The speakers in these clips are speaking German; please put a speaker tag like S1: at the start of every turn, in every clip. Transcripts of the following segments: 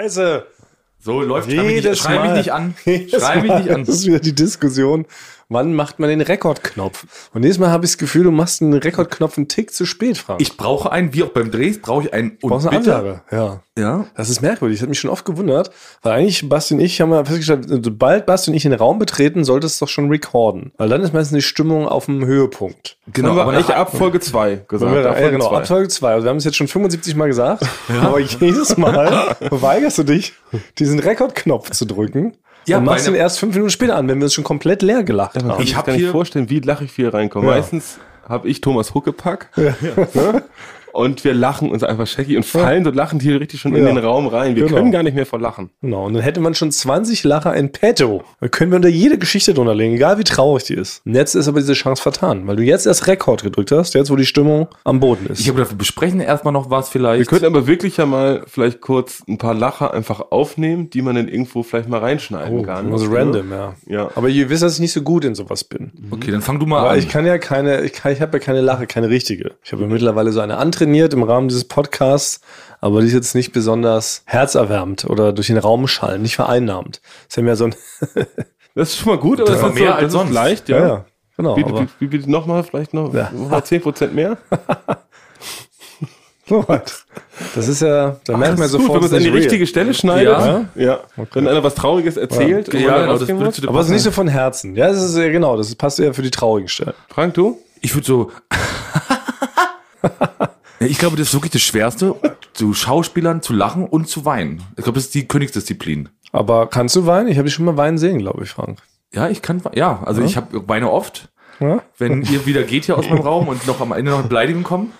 S1: Scheiße.
S2: So läuft schrei mich,
S1: Jedes
S2: schrei mich
S1: Mal.
S2: nicht an.
S1: Jedes
S2: Schrei mich
S1: Mal
S2: nicht an.
S1: ist wieder die Diskussion, wann macht man den Rekordknopf? Und jedes Mal habe ich das Gefühl, du machst den Rekordknopf einen Tick zu spät, Frank.
S2: Ich brauche einen, wie auch beim Drehs, brauche ich einen und
S1: brauchst eine andere. Ja.
S2: Ja.
S1: Das ist merkwürdig. Das hat mich schon oft gewundert, weil eigentlich Basti und ich haben ja festgestellt, äh, sobald Basti und ich den Raum betreten, sollte es doch schon recorden. Weil dann ist meistens die Stimmung auf dem Höhepunkt.
S2: Genau,
S3: Haben wir
S2: aber
S3: eigentlich
S2: nach,
S3: ab Folge 2
S1: Wenn
S3: gesagt.
S1: wir da,
S3: ab
S1: ja,
S3: Folge
S1: genau,
S3: zwei.
S1: ab Folge 2. Also wir haben es jetzt schon 75 Mal gesagt, aber jedes Mal weigerst du dich, diesen Rekordknopf zu drücken
S2: Ja,
S1: und machst
S2: weil-
S1: ihn erst fünf Minuten später an, wenn wir uns schon komplett leer gelacht haben.
S2: Ich
S3: Ich
S2: hab
S3: kann
S2: hier-
S3: nicht vorstellen, wie lachig wir hier reinkommen. Meistens habe ich Thomas Huckepack ne? und wir lachen uns einfach scheckig und fallen so lachend hier richtig schon in
S1: Ja.
S3: den Raum rein. Wir
S1: Genau.
S3: können gar nicht mehr vor Lachen.
S1: Genau, und dann hätte man schon 20 Lacher in petto. Dann können wir unter jede Geschichte drunter legen, egal wie traurig die ist. Und jetzt ist aber diese Chance vertan, weil du jetzt erst Rekord gedrückt hast, jetzt wo die Stimmung am Boden ist.
S2: ich habe gedacht, wir besprechen erstmal noch was vielleicht.
S3: Wir könnten aber wirklich ja mal vielleicht kurz ein paar Lacher einfach aufnehmen, die man dann irgendwo vielleicht mal
S2: Oh,
S3: reinschneiden kann.
S1: also random, ja.
S3: Ja.
S1: Aber ihr wisst, dass ich nicht so gut in sowas bin.
S2: okay, dann fang du mal
S1: Weil
S2: an.
S1: ich kann ja keine, ich, kann- ich habe ja keine Lache, keine richtige. Ich habe ja mittlerweile so eine antrainiert im Rahmen dieses Podcasts, aber die ist jetzt nicht besonders herzerwärmend oder durch den Raum schallen, nicht vereinnahmt. Das ist ja mehr so ein,
S3: Das ist schon mal gut, aber
S2: Das
S3: das,
S2: war
S3: ist
S2: mehr
S3: so,
S2: als
S3: das
S2: sonst.
S3: ist leicht,
S1: ja,
S3: ja.
S1: ja, genau.
S3: Wie,
S1: aber-
S3: wie, wie, wie nochmal, vielleicht noch
S1: Ja.
S3: nochmal 10% mehr?
S1: So weit. Das ist ja, da merkt man
S3: halt. Das ist gut,
S1: sofort,
S3: wenn man es
S1: es
S3: an die
S1: ist real.
S3: richtige Stelle schneidet.
S2: Ja.
S3: Ja. Wenn einer was Trauriges erzählt.
S2: Ja,
S3: und man
S2: genau, das
S3: rausgehen
S2: würde
S3: muss.
S2: zu dem-
S1: Aber es ist nicht so von Herzen. Ja, das ist ja genau, das passt eher für die traurigen Stellen.
S3: Frank, du?
S2: Ich würde so. Ja, ich glaube, das ist wirklich das Schwerste, zu Schauspielern zu lachen und zu weinen. Ich glaube, das ist die Königsdisziplin.
S1: Aber kannst du weinen? Ich habe dich schon mal weinen sehen, glaube ich, Frank.
S2: Ja, ich kann, ja, also ich hab, weine oft.
S1: Ja?
S2: Wenn ihr wieder geht hier aus meinem Raum und noch am Ende noch eine Beleidigung kommen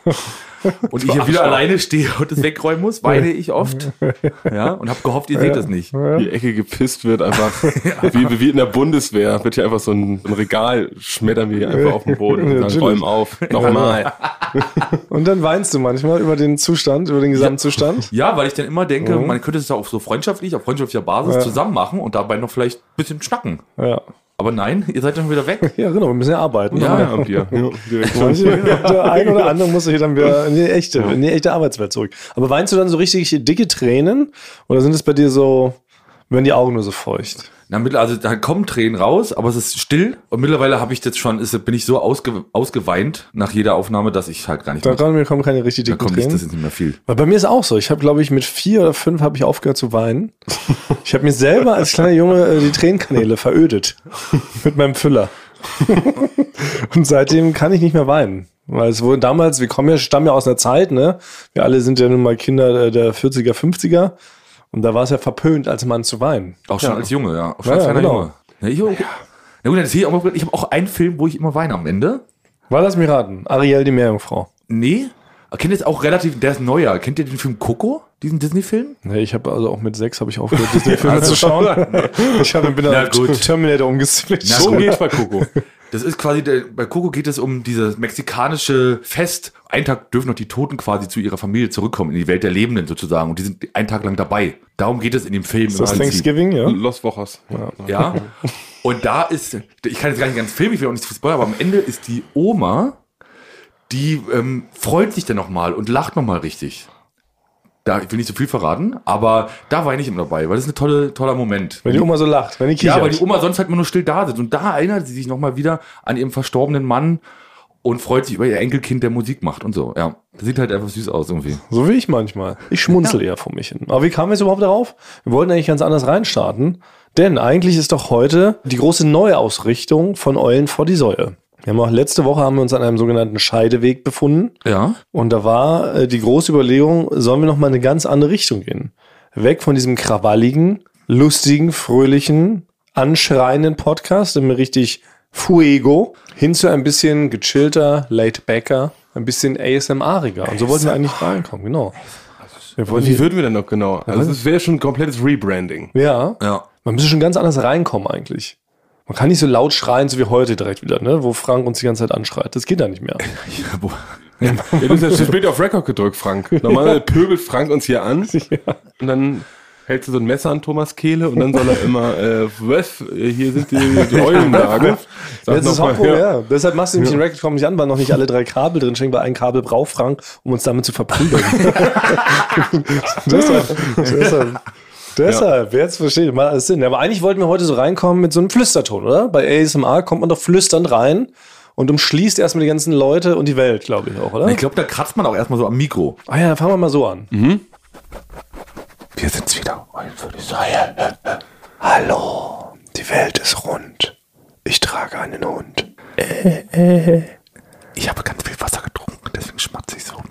S2: und ich hier wieder alleine stehe und es wegräumen muss, weine ich oft. Ja, und hab gehofft, ihr seht das nicht.
S3: Die Ecke gepisst wird einfach. wie, wie in der Bundeswehr. Wird hier einfach so ein, ein Regal, schmettern wir hier einfach auf den Boden. Und dann
S1: Natürlich.
S3: räumen auf. Nochmal.
S1: Und dann weinst du manchmal über den Zustand, über den Gesamtzustand.
S2: Ja, weil ich dann immer denke, man könnte es ja auf so freundschaftlich, auf freundschaftlicher Basis zusammen machen und dabei noch vielleicht ein bisschen schnacken.
S1: Ja.
S2: Aber nein, ihr seid dann wieder weg.
S1: Ja, genau, wir müssen ja arbeiten.
S2: Ja.
S3: Ja, und ihr. Ja, direkt schon.
S1: Manche, der ein oder andere muss sich dann wieder in die echte, in die echte Arbeitswelt zurück. Aber weinst du dann so richtig dicke Tränen? Oder sind es bei dir so, werden die Augen nur so feucht?
S2: Na, mittel- also da kommen Tränen raus, aber es ist still. Und mittlerweile habe ich jetzt schon, ist, bin ich so ausge, ausgeweint nach jeder Aufnahme, dass ich halt gar nicht
S1: Da
S2: mehr.
S1: kann, mir kommen keine richtig
S2: Da
S1: dicken
S2: kommt nicht,
S1: Tränen.
S2: das ist nicht mehr viel.
S1: Weil bei mir ist auch so. Ich habe, glaube ich, mit vier oder fünf habe ich aufgehört zu weinen. Ich habe mir selber als kleiner Junge äh, die Tränenkanäle verödet mit meinem Füller. Und seitdem kann ich nicht mehr weinen. Weil es wurde damals, wir kommen ja, stammen ja aus einer Zeit, ne? Wir alle sind ja nun mal Kinder äh, der 40er, 50er. Und da war es ja verpönt, als Mann zu weinen.
S2: Auch schon als Junge, ja. Auch schon
S1: Ja,
S2: als
S1: ja,
S2: kleiner
S1: genau.
S2: Junge. Ja, ich, auch- Na gut, dann sehe ich, auch, ich habe auch einen Film, wo ich immer weine am Ende.
S1: War das mir raten? Ariel die Meerjungfrau.
S2: Nee. Kennt jetzt auch relativ, der ist neuer. Kennt ihr den Film Coco? Diesen Disney-Film?
S1: Nee, ich habe also auch mit sechs habe ich aufgehört, Disney-Filme zu schauen. Ich habe bin
S2: Also Na
S1: dann
S2: gut.
S1: auf Terminator umgeswitcht.
S2: Na gut.
S3: bei Coco.
S2: Das ist quasi, der, bei Coco geht es um dieses mexikanische Fest. Einen Tag dürfen noch die Toten quasi zu ihrer Familie zurückkommen, in die Welt der Lebenden sozusagen. Und die sind einen Tag lang dabei. Darum geht es in dem Film. im
S1: Das ist
S2: Prinzip.
S1: Thanksgiving, ja?
S3: Los Wochers. Ja.
S2: Ja. Und da ist, ich kann jetzt gar nicht ganz filmen, ich will auch nicht zu viel spoilern, aber am Ende ist die Oma, die ähm, freut sich dann nochmal und lacht nochmal richtig. Da, ich will nicht zu viel verraten, aber da weine ich immer dabei, weil das ist ein tolle, toller Moment.
S1: Wenn die Oma so lacht, wenn die kichert.
S2: ja, weil die Oma sonst halt immer nur still da sitzt. Und da erinnert sie sich nochmal wieder an ihren verstorbenen Mann und freut sich über ihr Enkelkind, der Musik macht und so. Ja, das sieht halt einfach süß aus irgendwie.
S1: So wie ich manchmal. Ich schmunzel eher vor mich hin. Aber wie kamen wir jetzt überhaupt darauf? Wir wollten eigentlich ganz anders reinstarten. Denn eigentlich ist doch heute die große Neuausrichtung von Eulen vor die Säue. Wir haben auch letzte Woche haben wir uns an einem sogenannten Scheideweg befunden.
S2: Ja.
S1: Und da war äh, die große Überlegung, sollen wir nochmal in eine ganz andere Richtung gehen? Weg von diesem krawalligen, lustigen, fröhlichen, anschreienden Podcast, immer richtig Fuego, hin zu ein bisschen gechillter, laidbacker, ein bisschen ASMR-iger. Und so wollten wir eigentlich reinkommen, genau. Wir
S3: Und
S1: wollten
S3: wie würden wir denn noch genau? Also, es wäre schon ein komplettes Rebranding.
S1: ja,
S2: Ja.
S1: man müsste schon ganz anders reinkommen eigentlich. Man kann nicht so laut schreien, so wie heute direkt wieder, ne? wo Frank uns die ganze Zeit anschreit. Das geht da nicht mehr.
S2: Ja, boah.
S3: Ja, du hast ja spät auf Record gedrückt, Frank. Normalerweise pöbelt Frank uns hier an. Und dann hältst du so ein Messer an Thomas Kehle und dann soll er immer, äh, Wef, hier sind die, die Eulenlage. Sag
S1: Jetzt ist
S3: noch mal,
S1: Hauptproblem, ja. Deshalb machst du nämlich den Record nicht an, weil noch nicht alle drei Kabel drin stecken, weil ein Kabel braucht Frank, um uns damit zu verprügeln. deshalb, deshalb Deshalb, jetzt verstehe ich mal alles Sinn. Aber eigentlich wollten wir heute so reinkommen mit so einem Flüsterton, oder? Bei ASMR kommt man doch flüsternd rein und umschließt erstmal die ganzen Leute und die Welt, glaube ich auch, oder?
S2: Ich glaube, da kratzt man auch erstmal so am Mikro.
S1: Ah ja, dann fangen wir mal so an.
S2: Wir sind's wieder. Für die
S1: Hallo, die Welt ist rund. Ich trage einen Hund. Äh,
S2: Ich habe ganz viel Wasser getrunken, deswegen schmatze ich so.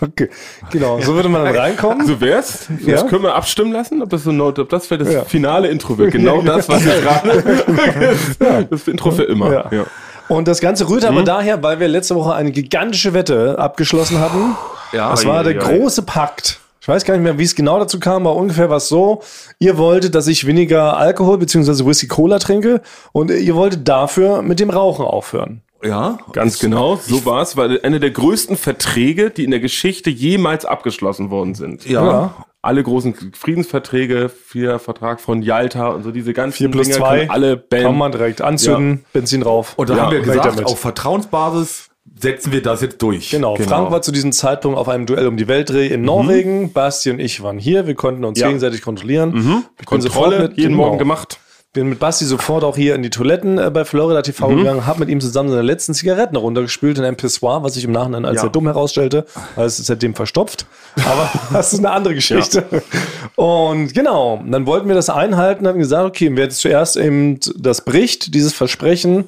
S1: Okay, genau. So würde man dann reinkommen.
S3: So wär's.
S1: Ja.
S3: Also Das können wir abstimmen lassen, ob das so ein Note, ob das für das
S1: Ja.
S3: finale Intro wird. Genau das, was wir gerade. Das Intro für immer.
S1: Ja.
S3: Ja.
S1: Und das Ganze rührt aber daher, weil wir letzte Woche eine gigantische Wette abgeschlossen hatten.
S2: Ja,
S1: das
S2: ja,
S1: war der
S2: ja,
S1: große Pakt. Ich weiß gar nicht mehr, wie es genau dazu kam, aber ungefähr war es so. Ihr wolltet, dass ich weniger Alkohol bzw. Whisky Cola trinke und ihr wolltet dafür mit dem Rauchen aufhören.
S2: Ja.
S3: Ganz genau, so war's, weil einer der größten Verträge, die in der Geschichte jemals abgeschlossen worden sind.
S2: Ja.
S1: Ja.
S3: Alle großen Friedensverträge, vier Vertrag von Yalta und so diese ganzen
S1: 4 plus
S3: Dinge
S1: 2,
S3: können alle bam.
S1: kann man direkt anzünden, Benzin rauf.
S2: Und da
S3: Ja,
S2: haben wir
S1: weg
S2: gesagt,
S1: damit.
S2: auf Vertrauensbasis setzen wir das jetzt durch.
S1: Genau.
S3: Genau.
S1: Frank war zu diesem Zeitpunkt auf einem Duell um die Welt in Norwegen. Basti und ich waren hier. Wir konnten uns
S3: Ja.
S1: gegenseitig kontrollieren. Ich bin
S3: Kontrolle
S1: sofort mit-
S3: jeden
S1: Genau.
S3: Morgen gemacht.
S1: Bin mit Basti sofort auch hier in die Toiletten äh, bei Florida TV gegangen, habe mit ihm zusammen seine letzten Zigaretten runtergespült in einem Pissoir, was sich im Nachhinein als
S3: Ja.
S1: sehr dumm herausstellte, weil es ist seitdem verstopft. Aber das ist eine andere Geschichte. Und genau, und dann wollten wir das einhalten, haben gesagt, okay, wer jetzt zuerst eben das bricht, dieses Versprechen,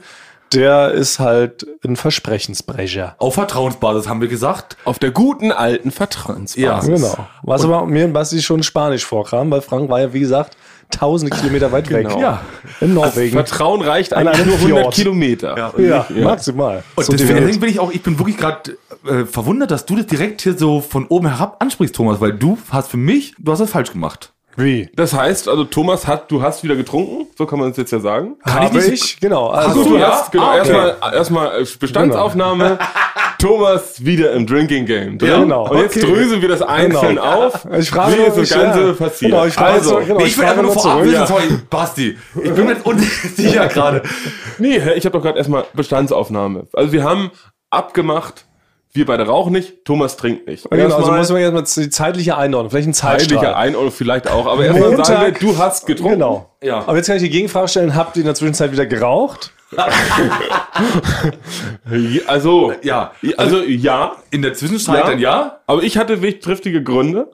S1: der ist halt ein Versprechensbrecher.
S2: Auf Vertrauensbasis haben wir gesagt.
S3: Auf der guten alten Vertrauensbasis.
S2: Ja.
S1: Genau. Was aber mir und Basti schon Spanisch vorkam, weil Frank war ja, wie gesagt, tausende Kilometer weit weg.
S3: Genau.
S1: Ja. In Norwegen.
S3: Vertrauen reicht
S1: An
S3: eigentlich
S1: einem
S3: nur 100
S1: Fjord.
S3: Kilometer. Ja.
S1: ja, maximal.
S2: Und
S1: So
S2: deswegen,
S1: die Welt.
S2: deswegen bin ich auch, ich bin wirklich gerade äh, verwundert, dass du das direkt hier so von oben herab ansprichst, Thomas, weil du hast für mich, du hast das falsch gemacht.
S1: Wie?
S3: Das heißt, also Thomas hat, du hast wieder getrunken, so kann man es jetzt ja sagen.
S2: Kann
S1: Habe
S2: ich
S1: ich,
S2: nicht-
S1: Genau. Also,
S3: Ach so, du
S2: ja?
S3: hast, genau,
S2: Ah, okay.
S3: erstmal, erstmal äh, Bestandsaufnahme. Thomas wieder im Drinking Game. drin.
S2: Ja,
S1: genau.
S3: Und jetzt
S1: Okay.
S3: dröseln wir das einzeln
S1: Genau.
S3: auf,
S1: Ich frage
S3: wie
S1: nur,
S3: ist das
S1: ich-
S3: Ganze
S1: ja.
S3: passiert.
S1: Genau, ich frage
S3: also,
S1: jetzt nur- genau.
S2: Nee,
S1: ich
S2: ich will
S1: frage
S2: einfach nur
S1: nur
S2: vorab
S1: zurück.
S2: wissen, sorry, Basti. Ich bin mir unsicher gerade.
S3: nee, hä, ich habe doch gerade erstmal Bestandsaufnahme. Also wir haben abgemacht, wir beide rauchen nicht, Thomas trinkt nicht.
S1: genau, also
S3: Erstmal
S1: muss man jetzt mal die zeitliche einordnen. Vielleicht ein
S3: zeitlicher
S1: Zeitstrahl.
S3: ein oder vielleicht auch, aber erstmal sagen wir,
S1: Montag.
S3: du hast getrunken.
S1: Genau.
S2: Ja.
S1: Aber jetzt kann ich die Gegenfrage stellen. Habt ihr in der Zwischenzeit wieder geraucht?
S3: Ja, Also,
S2: Ja.
S3: also ja,
S2: In der Zwischenzeit dann ja.
S3: aber ich hatte wirklich triftige Gründe.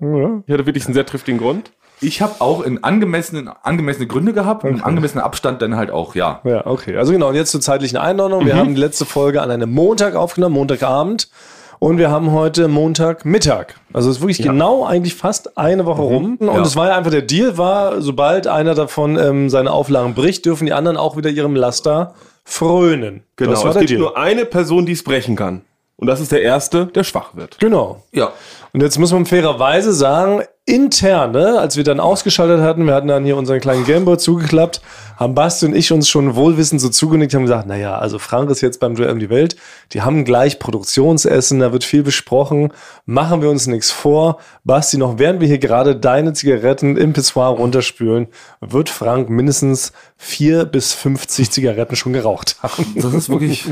S3: Ich hatte wirklich einen sehr triftigen Grund.
S2: Ich habe auch in angemessenen, angemessene Gründe gehabt, und einen angemessenen Abstand dann halt auch, ja.
S1: Ja, okay. Also genau, und jetzt zur zeitlichen Einordnung.
S3: Mhm.
S1: Wir haben die letzte Folge an einem Montag aufgenommen, Montagabend. Und wir haben heute Montagmittag. Also es ist wirklich genau eigentlich fast eine Woche
S3: Mhm.
S1: rum. Und
S2: Ja.
S1: es war ja einfach der Deal war, sobald einer davon ähm, seine Auflagen bricht, dürfen die anderen auch wieder ihrem Laster frönen. das war
S3: Genau, es
S1: der
S3: gibt
S1: Deal.
S3: nur eine Person, die es brechen kann. Und das ist der Erste, der schwach wird.
S1: genau.
S2: Ja.
S1: Und jetzt muss man fairerweise sagen, intern, ne, als wir dann ausgeschaltet hatten, wir hatten dann hier unseren kleinen Gameboy zugeklappt, haben Basti und ich uns schon wohlwissend so zugenickt, haben gesagt, naja, also Frank ist jetzt beim Duell um die Welt, die haben gleich Produktionsessen, da wird viel besprochen, machen wir uns nichts vor. Basti, noch während wir hier gerade deine Zigaretten im Pissoir runterspülen, wird Frank mindestens vier bis 50 Zigaretten schon geraucht haben.
S2: Das ist wirklich.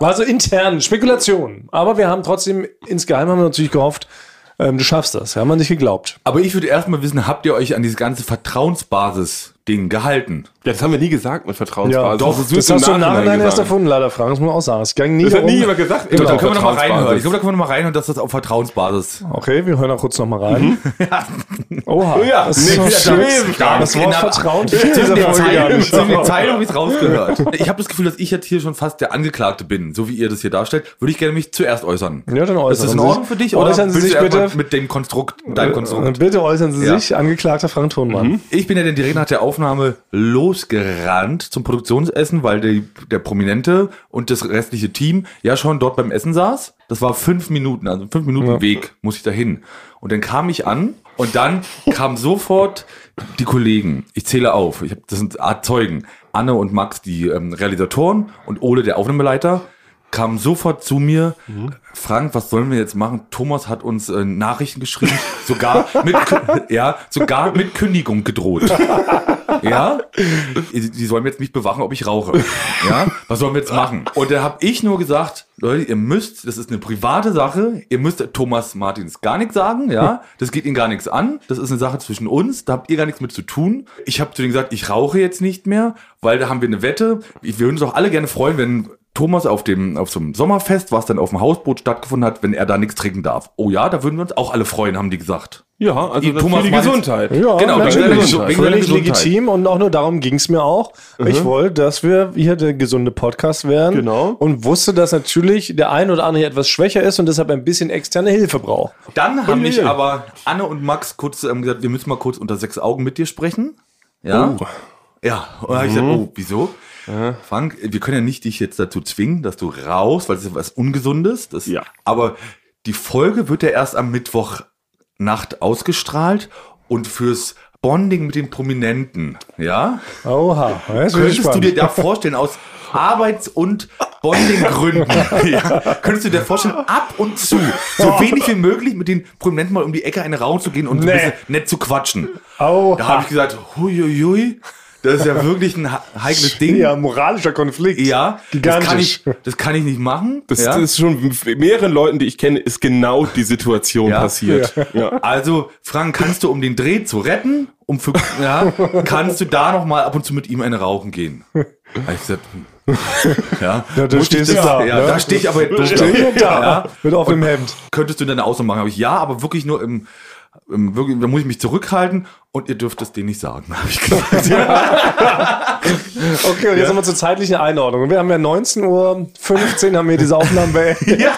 S1: War so Also intern, Spekulation. Aber wir haben trotzdem, insgeheim haben wir natürlich gehofft, ähm, du schaffst das. Haben wir nicht geglaubt.
S2: Aber ich würde erstmal wissen, habt ihr euch an dieses ganze Vertrauensbasis-Ding gehalten?
S3: Das haben wir nie gesagt mit Vertrauensbasis.
S2: doch,
S3: das,
S1: das
S3: ist
S1: hast du im Nachhinein erst
S3: gesagt.
S1: erfunden, leider, Frank. Das muss man auch sagen. Es ging nie
S3: Das hat
S1: darum.
S3: nie jemand gesagt.
S2: Ich glaube, da können wir nochmal reinhören. Ich
S3: Vertrauensbasis.
S2: glaube, da können wir nochmal reinhören, dass das auf Vertrauensbasis.
S1: Okay, wir hören da kurz nochmal rein. Oha.
S3: Mhm. Oh Ja,
S1: das ist
S3: nee,
S1: noch
S3: wieder
S1: schlimm.
S3: daneben.
S1: Ah, Das Wort
S2: Genau.
S1: Vertrauen fehlt
S2: Zwischen
S1: dieser
S2: den
S1: Folge gar
S2: Zeilen,
S1: nicht.
S2: zwischen den Zeilen habe ich es rausgehört. Ich habe das Gefühl, dass ich jetzt hier schon fast der Angeklagte bin, so wie ihr das hier darstellt. Würde ich gerne mich zuerst äußern.
S1: Ja, dann äußern
S2: Ist das in
S1: Sie sich.
S2: Ordnung für dich?
S1: Äußern Sie
S2: willst
S1: sich
S2: du erstmal
S1: bitte. Äh,
S2: Mit dem Konstrukt, deinem Konstrukt.
S1: Bitte äußern Sie
S2: Ja.
S1: sich, angeklagter Frank
S3: Mhm.
S1: Thonmann.
S2: Ich bin ja dann direkt nach der Aufnahme losgerannt zum Produktionsessen, weil die, der Prominente und das restliche Team ja schon dort beim Essen saß. Das war fünf Minuten, also fünf Minuten Weg muss ich dahin. Und dann kam ich an und dann kamen sofort die Kollegen. Ich zähle auf. Ich hab, das sind Art Zeugen. Anne und Max, die ähm, Realisatoren und Ole, der Aufnahmeleiter, kamen sofort zu mir. Frank, was sollen wir jetzt machen? Thomas hat uns äh, Nachrichten geschrieben, sogar mit, ja, sogar mit Kündigung gedroht. ja, die sollen jetzt mich bewachen, ob ich rauche. Ja, was sollen wir jetzt machen? Und da habe ich nur gesagt, Leute, ihr müsst, das ist eine private Sache, ihr müsst Thomas Martins gar nichts sagen, ja, das geht ihn gar nichts an, das ist eine Sache zwischen uns, da habt ihr gar nichts mit zu tun. Ich habe zu denen gesagt, ich rauche jetzt nicht mehr, weil da haben wir eine Wette. Wir würden uns doch alle gerne freuen, wenn Thomas auf dem auf so einem Sommerfest, was dann auf dem Hausboot stattgefunden hat, wenn er da nichts trinken darf. Oh ja, da würden wir uns auch alle freuen, haben die gesagt.
S3: Ja, also
S2: Die
S3: das
S2: Thomas
S3: für die
S2: meint-
S3: Gesundheit.
S1: Ja,
S2: Genau,
S1: natürlich.
S2: wegen der Gesundheit.
S1: völlig,
S2: Wegen der Gesundheit.
S1: legitim und auch nur darum ging es mir auch.
S2: Mhm.
S1: Ich wollte, dass wir hier der gesunde Podcast werden
S3: Genau.
S1: und wusste, dass natürlich der ein oder andere etwas schwächer ist und deshalb ein bisschen externe Hilfe braucht.
S2: Dann haben mich
S3: Uiuiui.
S2: aber Anne und Max kurz ähm, gesagt, wir müssen mal kurz unter sechs Augen mit dir sprechen.
S1: Oh.
S2: Ja. Ja. Und dann hab ich gesagt, oh, wieso? Frank, wir können ja nicht dich jetzt dazu zwingen, dass du raus, weil es ist was Ungesundes. Das,
S3: Ja.
S2: Aber die Folge wird ja erst am Mittwochnacht ausgestrahlt und fürs Bonding mit den Prominenten, ja?
S1: Oha, jetzt bin ich
S2: Könntest du
S1: gespannt.
S2: dir da vorstellen, aus Arbeits- und Bonding-Gründen, ja, könntest du dir vorstellen, ab und zu, so wenig wie möglich mit den Prominenten mal um die Ecke eine Raum zu gehen und so ein
S1: Nee.
S2: bisschen nett zu quatschen. Da habe
S1: Oha.
S2: ich gesagt, huiuiui, das ist ja wirklich ein ha- heikles Ding. Ja,
S1: Ja, moralischer Konflikt.
S2: das, kann
S1: gigantisch.
S2: ich, das kann ich nicht machen.
S3: Das,
S2: ja.
S3: das ist schon mehreren Leuten, die ich kenne, ist genau die Situation
S2: Ja.
S3: passiert. Ja.
S2: Also, Frank, kannst du, um den Dreh zu retten, um für, ja, kannst du da noch mal ab und zu mit ihm eine rauchen gehen? Hab Ich gesagt, hm. ja,
S1: Ja, da
S2: muss ich
S1: stehst du
S2: das-
S1: da,
S2: Ja,
S1: ne?
S2: da stehe ich aber jetzt
S1: Steh
S2: doof
S1: hier
S2: da.
S1: da
S2: Ja.
S1: mit offenem Hemd.
S2: Könntest du deine Ausnahme machen? Habe ich ja, aber wirklich nur im, im wirklich, da muss ich mich zurückhalten und ihr dürft es denen nicht sagen, habe ich gesagt.
S1: Okay, und jetzt sind wir zur zeitlichen Einordnung. Wir haben ja 19.15 Uhr, haben wir diese Aufnahmen beendet.
S2: ja.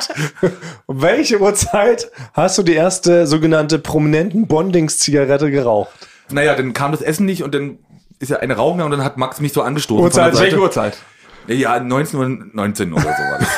S1: Um welche Uhrzeit hast du die erste sogenannte prominenten Bondings-Zigarette geraucht?
S2: Naja, dann kam das Essen nicht und dann ist ja eine Rauchen und dann hat Max mich so angestoßen. von der Seite.
S3: Uhrzeit?
S2: Ja, 19 Uhr, 19 Uhr oder so war das.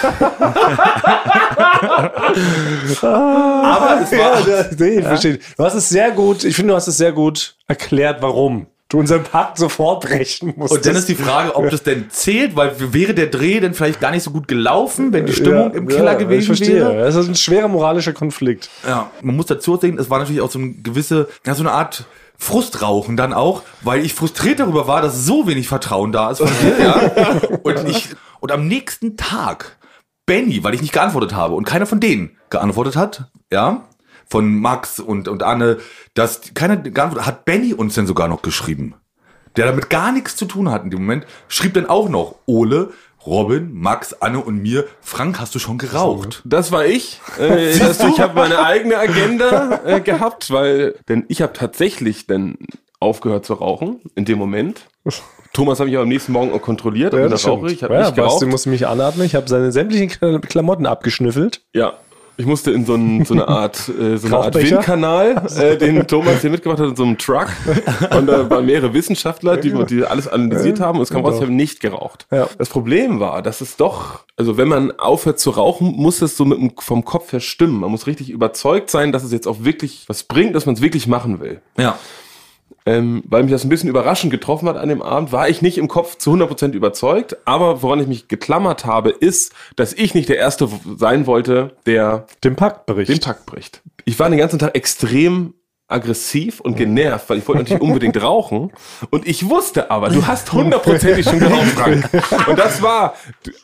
S2: Aber es war,
S1: Ja, nee, ich verstehe. Du hast es sehr gut, ich finde, du hast es sehr gut erklärt, warum du unseren Pakt sofort brechen musst.
S2: Und dann ist die Frage, ob das denn zählt, weil wäre der Dreh denn vielleicht gar nicht so gut gelaufen, wenn die Stimmung im Keller
S1: Ich
S2: gewesen
S1: verstehe.
S2: wäre?
S1: Das ist ein schwerer moralischer Konflikt.
S2: Ja, man muss dazu sehen, es war natürlich auch so eine gewisse, ja, so eine Art Frustrauchen dann auch, weil ich frustriert darüber war, dass so wenig Vertrauen da ist von dir, ja. Und ich, und am nächsten Tag, Benny, weil ich nicht geantwortet habe und keiner von denen geantwortet hat, ja, von Max und, und Anne, dass keiner geantwortet hat, Benny uns denn sogar noch geschrieben der damit gar nichts zu tun hat in dem Moment, schrieb dann auch noch Ole, Robin, Max, Anne und mir, Frank, hast du schon geraucht?
S3: Das war ich. Äh, das, ich habe meine eigene Agenda äh, gehabt, weil denn ich habe tatsächlich dann aufgehört zu rauchen in dem Moment. Thomas habe ich aber am nächsten Morgen kontrolliert, ob ich noch rauche. Ich habe
S1: ja,
S3: nicht geraucht.
S1: Basti musste mich anatmen. Ich habe seine sämtlichen Kla- Klamotten abgeschnüffelt.
S3: Ja. Ich musste in so, einen, so eine Art, äh, so eine Art
S1: Rauchbecher?
S3: Windkanal, äh, den Thomas hier mitgebracht hat, in so einem Truck. Und da waren mehrere Wissenschaftler, die, die alles analysiert haben. Und es kam raus, ich habe nicht geraucht.
S1: Ja.
S3: Das Problem war, dass es doch, also wenn man aufhört zu rauchen, muss es so mit dem, vom Kopf her stimmen. Man muss richtig überzeugt sein, dass es jetzt auch wirklich was bringt, dass man es wirklich machen will.
S2: Ja.
S3: Ähm, weil mich das ein bisschen überraschend getroffen hat an dem Abend, war ich nicht im Kopf zu 100% überzeugt. Aber woran ich mich geklammert habe, ist, dass ich nicht der Erste w- sein wollte, der
S1: Den Paktbericht.
S3: den Takt bricht. Ich war den ganzen Tag extrem aggressiv und genervt, weil ich wollte natürlich unbedingt rauchen. Und ich wusste aber, du hast hundertprozentig schon geraucht, Frank. Und das war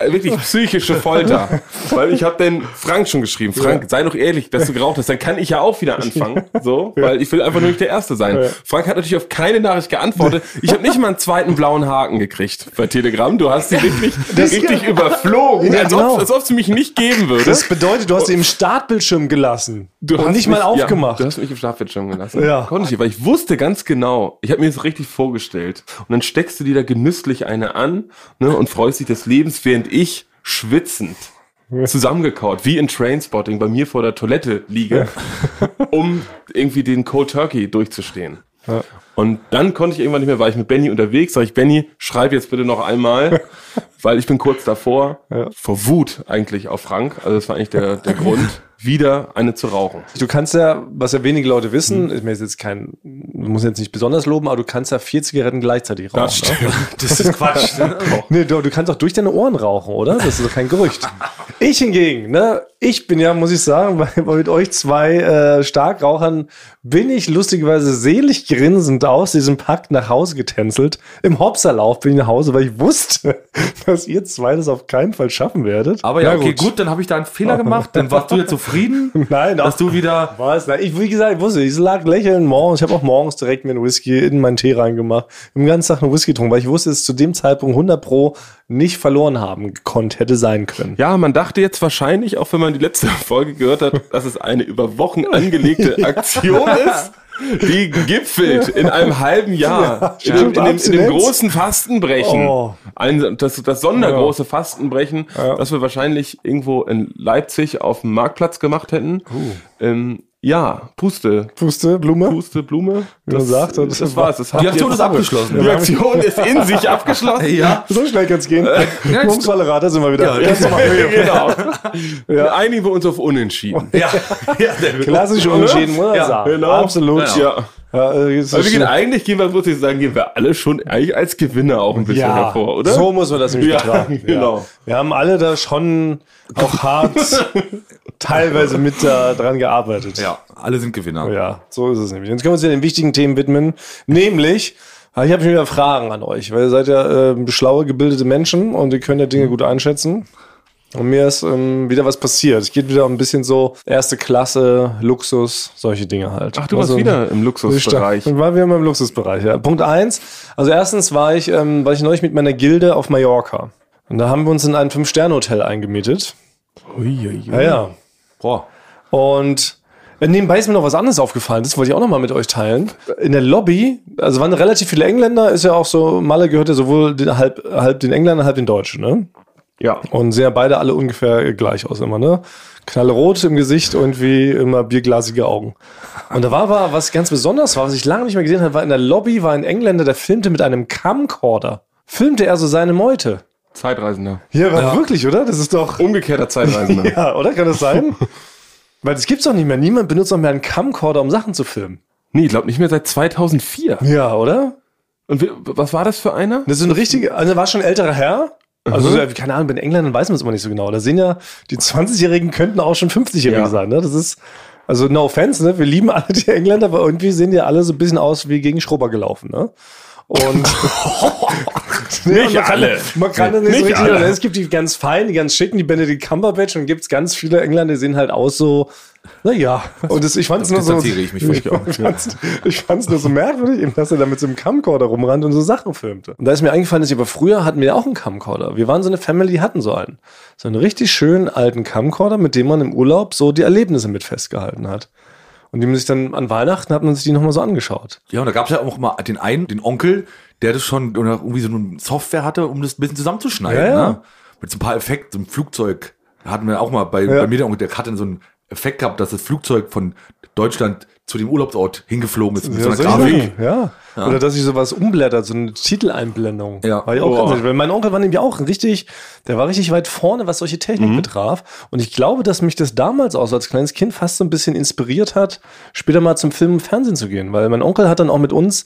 S3: wirklich psychische Folter. Weil ich habe dann Frank schon geschrieben, Frank, sei doch ehrlich, dass du geraucht hast, dann kann ich ja auch wieder anfangen. So, weil ich will einfach nur nicht der Erste sein. Frank hat natürlich auf keine Nachricht geantwortet. Ich habe nicht mal einen zweiten blauen Haken gekriegt bei Telegram. Du hast sie wirklich richtig überflogen.
S1: Ja,
S3: als,
S1: genau.
S3: ob, als ob du mich nicht geben würdest.
S1: Das bedeutet, du hast ihn im Startbildschirm gelassen und nicht mal
S3: mich-
S1: aufgemacht.
S3: Ja, du hast mich im Schlafbildschirm gelassen.
S1: Ja.
S3: Konnte ich, nicht, weil ich wusste ganz genau, ich habe mir das richtig vorgestellt. Und dann steckst du dir da genüsslich eine an ne, und freust dich des Lebens, während ich schwitzend zusammengekaut, wie in Trainspotting, bei mir vor der Toilette liege, um irgendwie den Cold Turkey durchzustehen. Und dann konnte ich irgendwann nicht mehr, war ich mit Benny unterwegs, sage ich, Benny, schreib jetzt bitte noch einmal, weil ich bin kurz davor, vor Wut eigentlich auf Frank. Also das war eigentlich der, der Grund, wieder eine zu rauchen.
S1: Du kannst ja, was ja wenige Leute wissen, ist mir jetzt kein, muss jetzt nicht besonders loben, aber du kannst ja vier Zigaretten gleichzeitig rauchen. ne?
S2: Das ist Quatsch. Ne?
S1: Nee, du, du kannst auch durch deine Ohren rauchen, oder? Das ist doch kein Gerücht. Ich hingegen, ne, ich bin ja, muss ich sagen, bei, bei mit euch zwei äh, Starkrauchern bin ich lustigerweise selig grinsend aus diesem Pakt nach Hause getänzelt. Im Hopserlauf bin ich nach Hause, weil ich wusste, dass ihr zwei das auf keinen Fall schaffen werdet.
S2: Aber ja,
S1: Na
S2: okay, gut, dann habe ich da einen Fehler gemacht. Dann warst du ja zufrieden,
S1: Nein,
S2: dass
S1: auch
S2: du wieder.
S1: was? Nein, ich, wie gesagt, ich wusste, ich lag lächelnd morgens. Ich habe auch morgens direkt mir einen Whisky in meinen Tee reingemacht. Im ganzen Tag einen Whisky getrunken, weil ich wusste, dass es zu dem Zeitpunkt 100 Pro nicht verloren haben gekonnt hätte sein können.
S3: Ja, man dachte jetzt wahrscheinlich, auch wenn man die letzte Folge gehört hat, dass es eine über Wochen angelegte Aktion ist, die gipfelt in einem halben Jahr.
S1: Ja,
S3: in, dem,
S1: stimmt,
S3: in, dem, in dem
S1: Abstinenz.
S3: großen Fastenbrechen.
S1: Oh.
S3: Ein, das, das sondergroße Fastenbrechen, das wir wahrscheinlich irgendwo in Leipzig auf dem Marktplatz gemacht hätten. Ähm, ja, Puste.
S1: Puste, Blume.
S3: Puste, Blume.
S1: man sagt, das
S3: das, das war's. Das
S2: Die
S3: habt
S2: Aktion
S3: ihr-
S2: ist abgeschlossen.
S3: Die Aktion ist in sich abgeschlossen.
S2: Ja.
S1: So schnell kann's gehen.
S2: jetzt-
S1: Mumswalle Rad, da sind wir wieder.
S2: Äh, Ja,
S3: genau. Dann einigen wir uns auf Unentschieden.
S2: Ja, ja sehr gut.
S1: Klassisch unentschieden, muss man
S2: Ja,
S1: sagen.
S3: genau.
S1: Absolut.
S2: Ja.
S3: Ja.
S1: Ja, äh, es ist
S3: Also wir gehen,
S1: schon-
S3: eigentlich gehen wir, muss ich sagen, gehen wir alle schon eigentlich als Gewinner auch ein bisschen
S1: ja,
S3: hervor, oder?
S1: So muss man das nämlich
S3: Ja,
S1: betrachten.
S3: genau.
S1: Ja. Wir haben alle da schon auch hart teilweise mit da dran gearbeitet.
S2: Ja, alle sind Gewinner.
S1: Oh Ja, so ist es nämlich. Jetzt können wir uns ja den wichtigen Themen widmen, nämlich, ah, ich habe schon wieder Fragen an euch, weil ihr seid ja ähm, schlaue, gebildete Menschen und ihr könnt ja
S3: Mhm.
S1: Dinge gut einschätzen. Und mir ist ähm, wieder was passiert. Es geht wieder um ein bisschen so erste Klasse, Luxus, solche Dinge halt.
S3: Ach, du warst wieder im Luxusbereich.
S1: Ich war wieder mal im Luxusbereich, ja. Punkt eins. Also erstens war ich, ähm, war ich neulich mit meiner Gilde auf Mallorca. Und da haben wir uns in ein Fünf-Sterne-Hotel eingemietet. Ja, ja.
S2: Boah.
S1: Und äh, nebenbei ist mir noch was anderes aufgefallen, das wollte ich auch noch mal mit euch teilen. In der Lobby, also waren relativ viele Engländer, ist ja auch so, Malle gehört ja sowohl den, halb, halb den Engländern, halb den Deutschen, ne?
S3: Ja.
S1: Und sehen ja beide alle ungefähr gleich aus immer, ne? Knallrot im Gesicht und wie immer bierglasige Augen. Und da war aber was ganz besonders war, was ich lange nicht mehr gesehen habe, war in der Lobby war ein Engländer, der filmte mit einem Camcorder. Filmte er so seine Meute.
S3: Zeitreisender.
S1: Ja, war wirklich, oder? Das ist doch.
S3: Umgekehrter Zeitreisender.
S1: Ja, oder? Kann das sein? Weil das gibt's doch nicht mehr. Niemand benutzt noch mehr einen Camcorder, um Sachen zu filmen.
S3: Nee, ich glaube nicht mehr seit 2004.
S1: Ja, oder?
S3: Und wir, was war das für einer?
S1: Das ist so ein richtiger, also er war schon ein älterer Herr.
S3: Mhm.
S1: Also, so, keine Ahnung, bei den Engländern weiß man es immer nicht so genau. Da sehen ja, die 20-Jährigen könnten auch schon 50-Jährige
S3: Ja.
S1: sein. Ne? Das ist, also no offense, ne? wir lieben alle die Engländer, aber irgendwie sehen die alle so ein bisschen aus wie gegen Schrubber gelaufen. Ne? Und Nee, und
S3: Nicht
S1: man kann-
S3: alle.
S1: Man kann das nicht, so
S3: Nicht
S1: richtig.
S3: alle.
S1: Es gibt die ganz feinen, die ganz schicken, die Benedict Cumberbatch und gibt's ganz viele Engländer, die sehen halt aus so, naja. Und das, ich fand's nur so.
S2: distanziere ich mich von.
S1: Ich fand's, ich fand's nur so merkwürdig, eben, dass er da mit so einem Camcorder rumrannte und so Sachen filmte. Und da ist mir eingefallen, dass ich aber früher hatten wir ja auch einen Camcorder. Wir waren so eine Family, die hatten so einen. So einen richtig schönen alten Camcorder, mit dem man im Urlaub so die Erlebnisse mit festgehalten hat. Und die man sich dann an Weihnachten hat man sich die nochmal so angeschaut.
S2: Ja, und da gab es ja auch mal den einen, den Onkel, der das schon oder irgendwie so eine Software hatte, um das ein bisschen zusammenzuschneiden.
S1: Ja, ja.
S2: Ne? Mit so ein paar Effekten, so ein Flugzeug. Da hatten wir auch mal bei, bei mir der Onkel, der hatte so einen Effekt gehabt, dass das Flugzeug von Deutschland zu dem Urlaubsort hingeflogen ist. Mit so einer
S1: solche
S2: Grafik.
S1: Sachen, Ja. Oder dass ich sowas umblättert, so eine Titeleinblendung.
S2: Ja. Oh.
S1: War ich auch
S3: Boah.
S1: ganz nett. Weil mein Onkel war nämlich auch richtig, der war richtig weit vorne, was solche Technik
S2: Mhm.
S1: betraf. Und ich glaube, dass mich das damals auch so als kleines Kind fast so ein bisschen inspiriert hat, später mal zum Film und Fernsehen zu gehen. Weil mein Onkel hat dann auch mit uns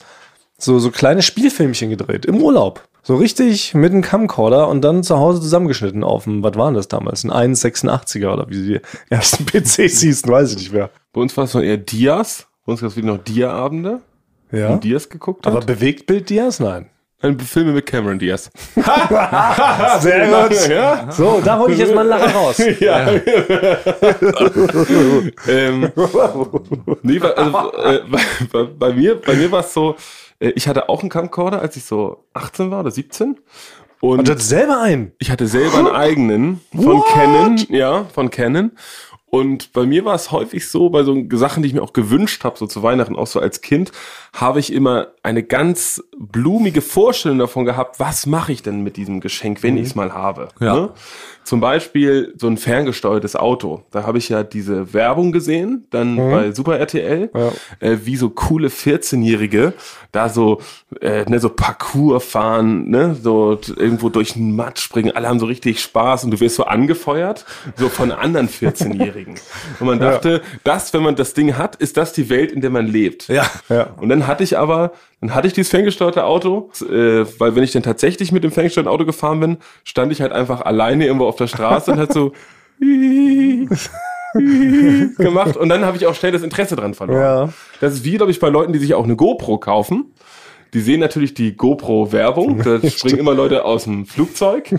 S1: so, so kleine Spielfilmchen gedreht, im Urlaub. So richtig mit einem Camcorder und dann zu Hause zusammengeschnitten auf dem, was waren das damals? Ein 186er oder wie sie die ersten PCs hießen, weiß ich nicht mehr.
S3: Bei uns war es noch eher Dias. Bei uns gab es wieder noch Dia-Abende.
S1: Ja.
S3: wo Dias geguckt
S1: Aber
S3: hat.
S1: bewegt Bild Diaz? Nein.
S3: Dann Filme mit Cameron Diaz.
S1: Ah, Sehr gut.
S3: Ja.
S1: So, da hole ich jetzt mal einen Lacher raus.
S3: ähm, nee, bei- also, äh, bei, bei, bei mir, bei mir war es so, äh, ich hatte auch einen Camcorder, als ich so 18 war oder 17. Und,
S1: Und das selber ein.
S3: ich hatte selber einen eigenen von Canon, ja, von Canon. Und bei mir war es häufig so, bei so Sachen, die ich mir auch gewünscht habe, so zu Weihnachten, auch so als Kind, habe ich immer eine ganz blumige Vorstellung davon gehabt, was mache ich denn mit diesem Geschenk, wenn ich es mal habe. ne?
S2: Ja.
S3: Zum Beispiel so ein ferngesteuertes Auto. Da habe ich ja diese Werbung gesehen, dann bei Super RTL, äh, wie so coole 14-Jährige da so, äh, ne, so Parkour fahren, ne, so t- irgendwo durch den Matsch springen, alle haben so richtig Spaß und du wirst so angefeuert, so von anderen 14-Jährigen. Und man dachte, das, wenn man das Ding hat, ist das die Welt, in der man lebt.
S2: Ja.
S1: Ja.
S3: Und dann hatte ich aber, dann hatte ich dieses ferngesteuerte Auto, äh, weil wenn ich dann tatsächlich mit dem ferngesteuerten Auto gefahren bin, stand ich halt einfach alleine irgendwo auf der Straße und hat so gemacht. Und dann habe ich auch schnell das Interesse dran verloren.
S1: Ja.
S3: Das ist wie, glaube ich, bei Leuten, die sich auch eine GoPro kaufen. Die sehen natürlich die GoPro-Werbung. Da springen immer Leute aus dem Flugzeug,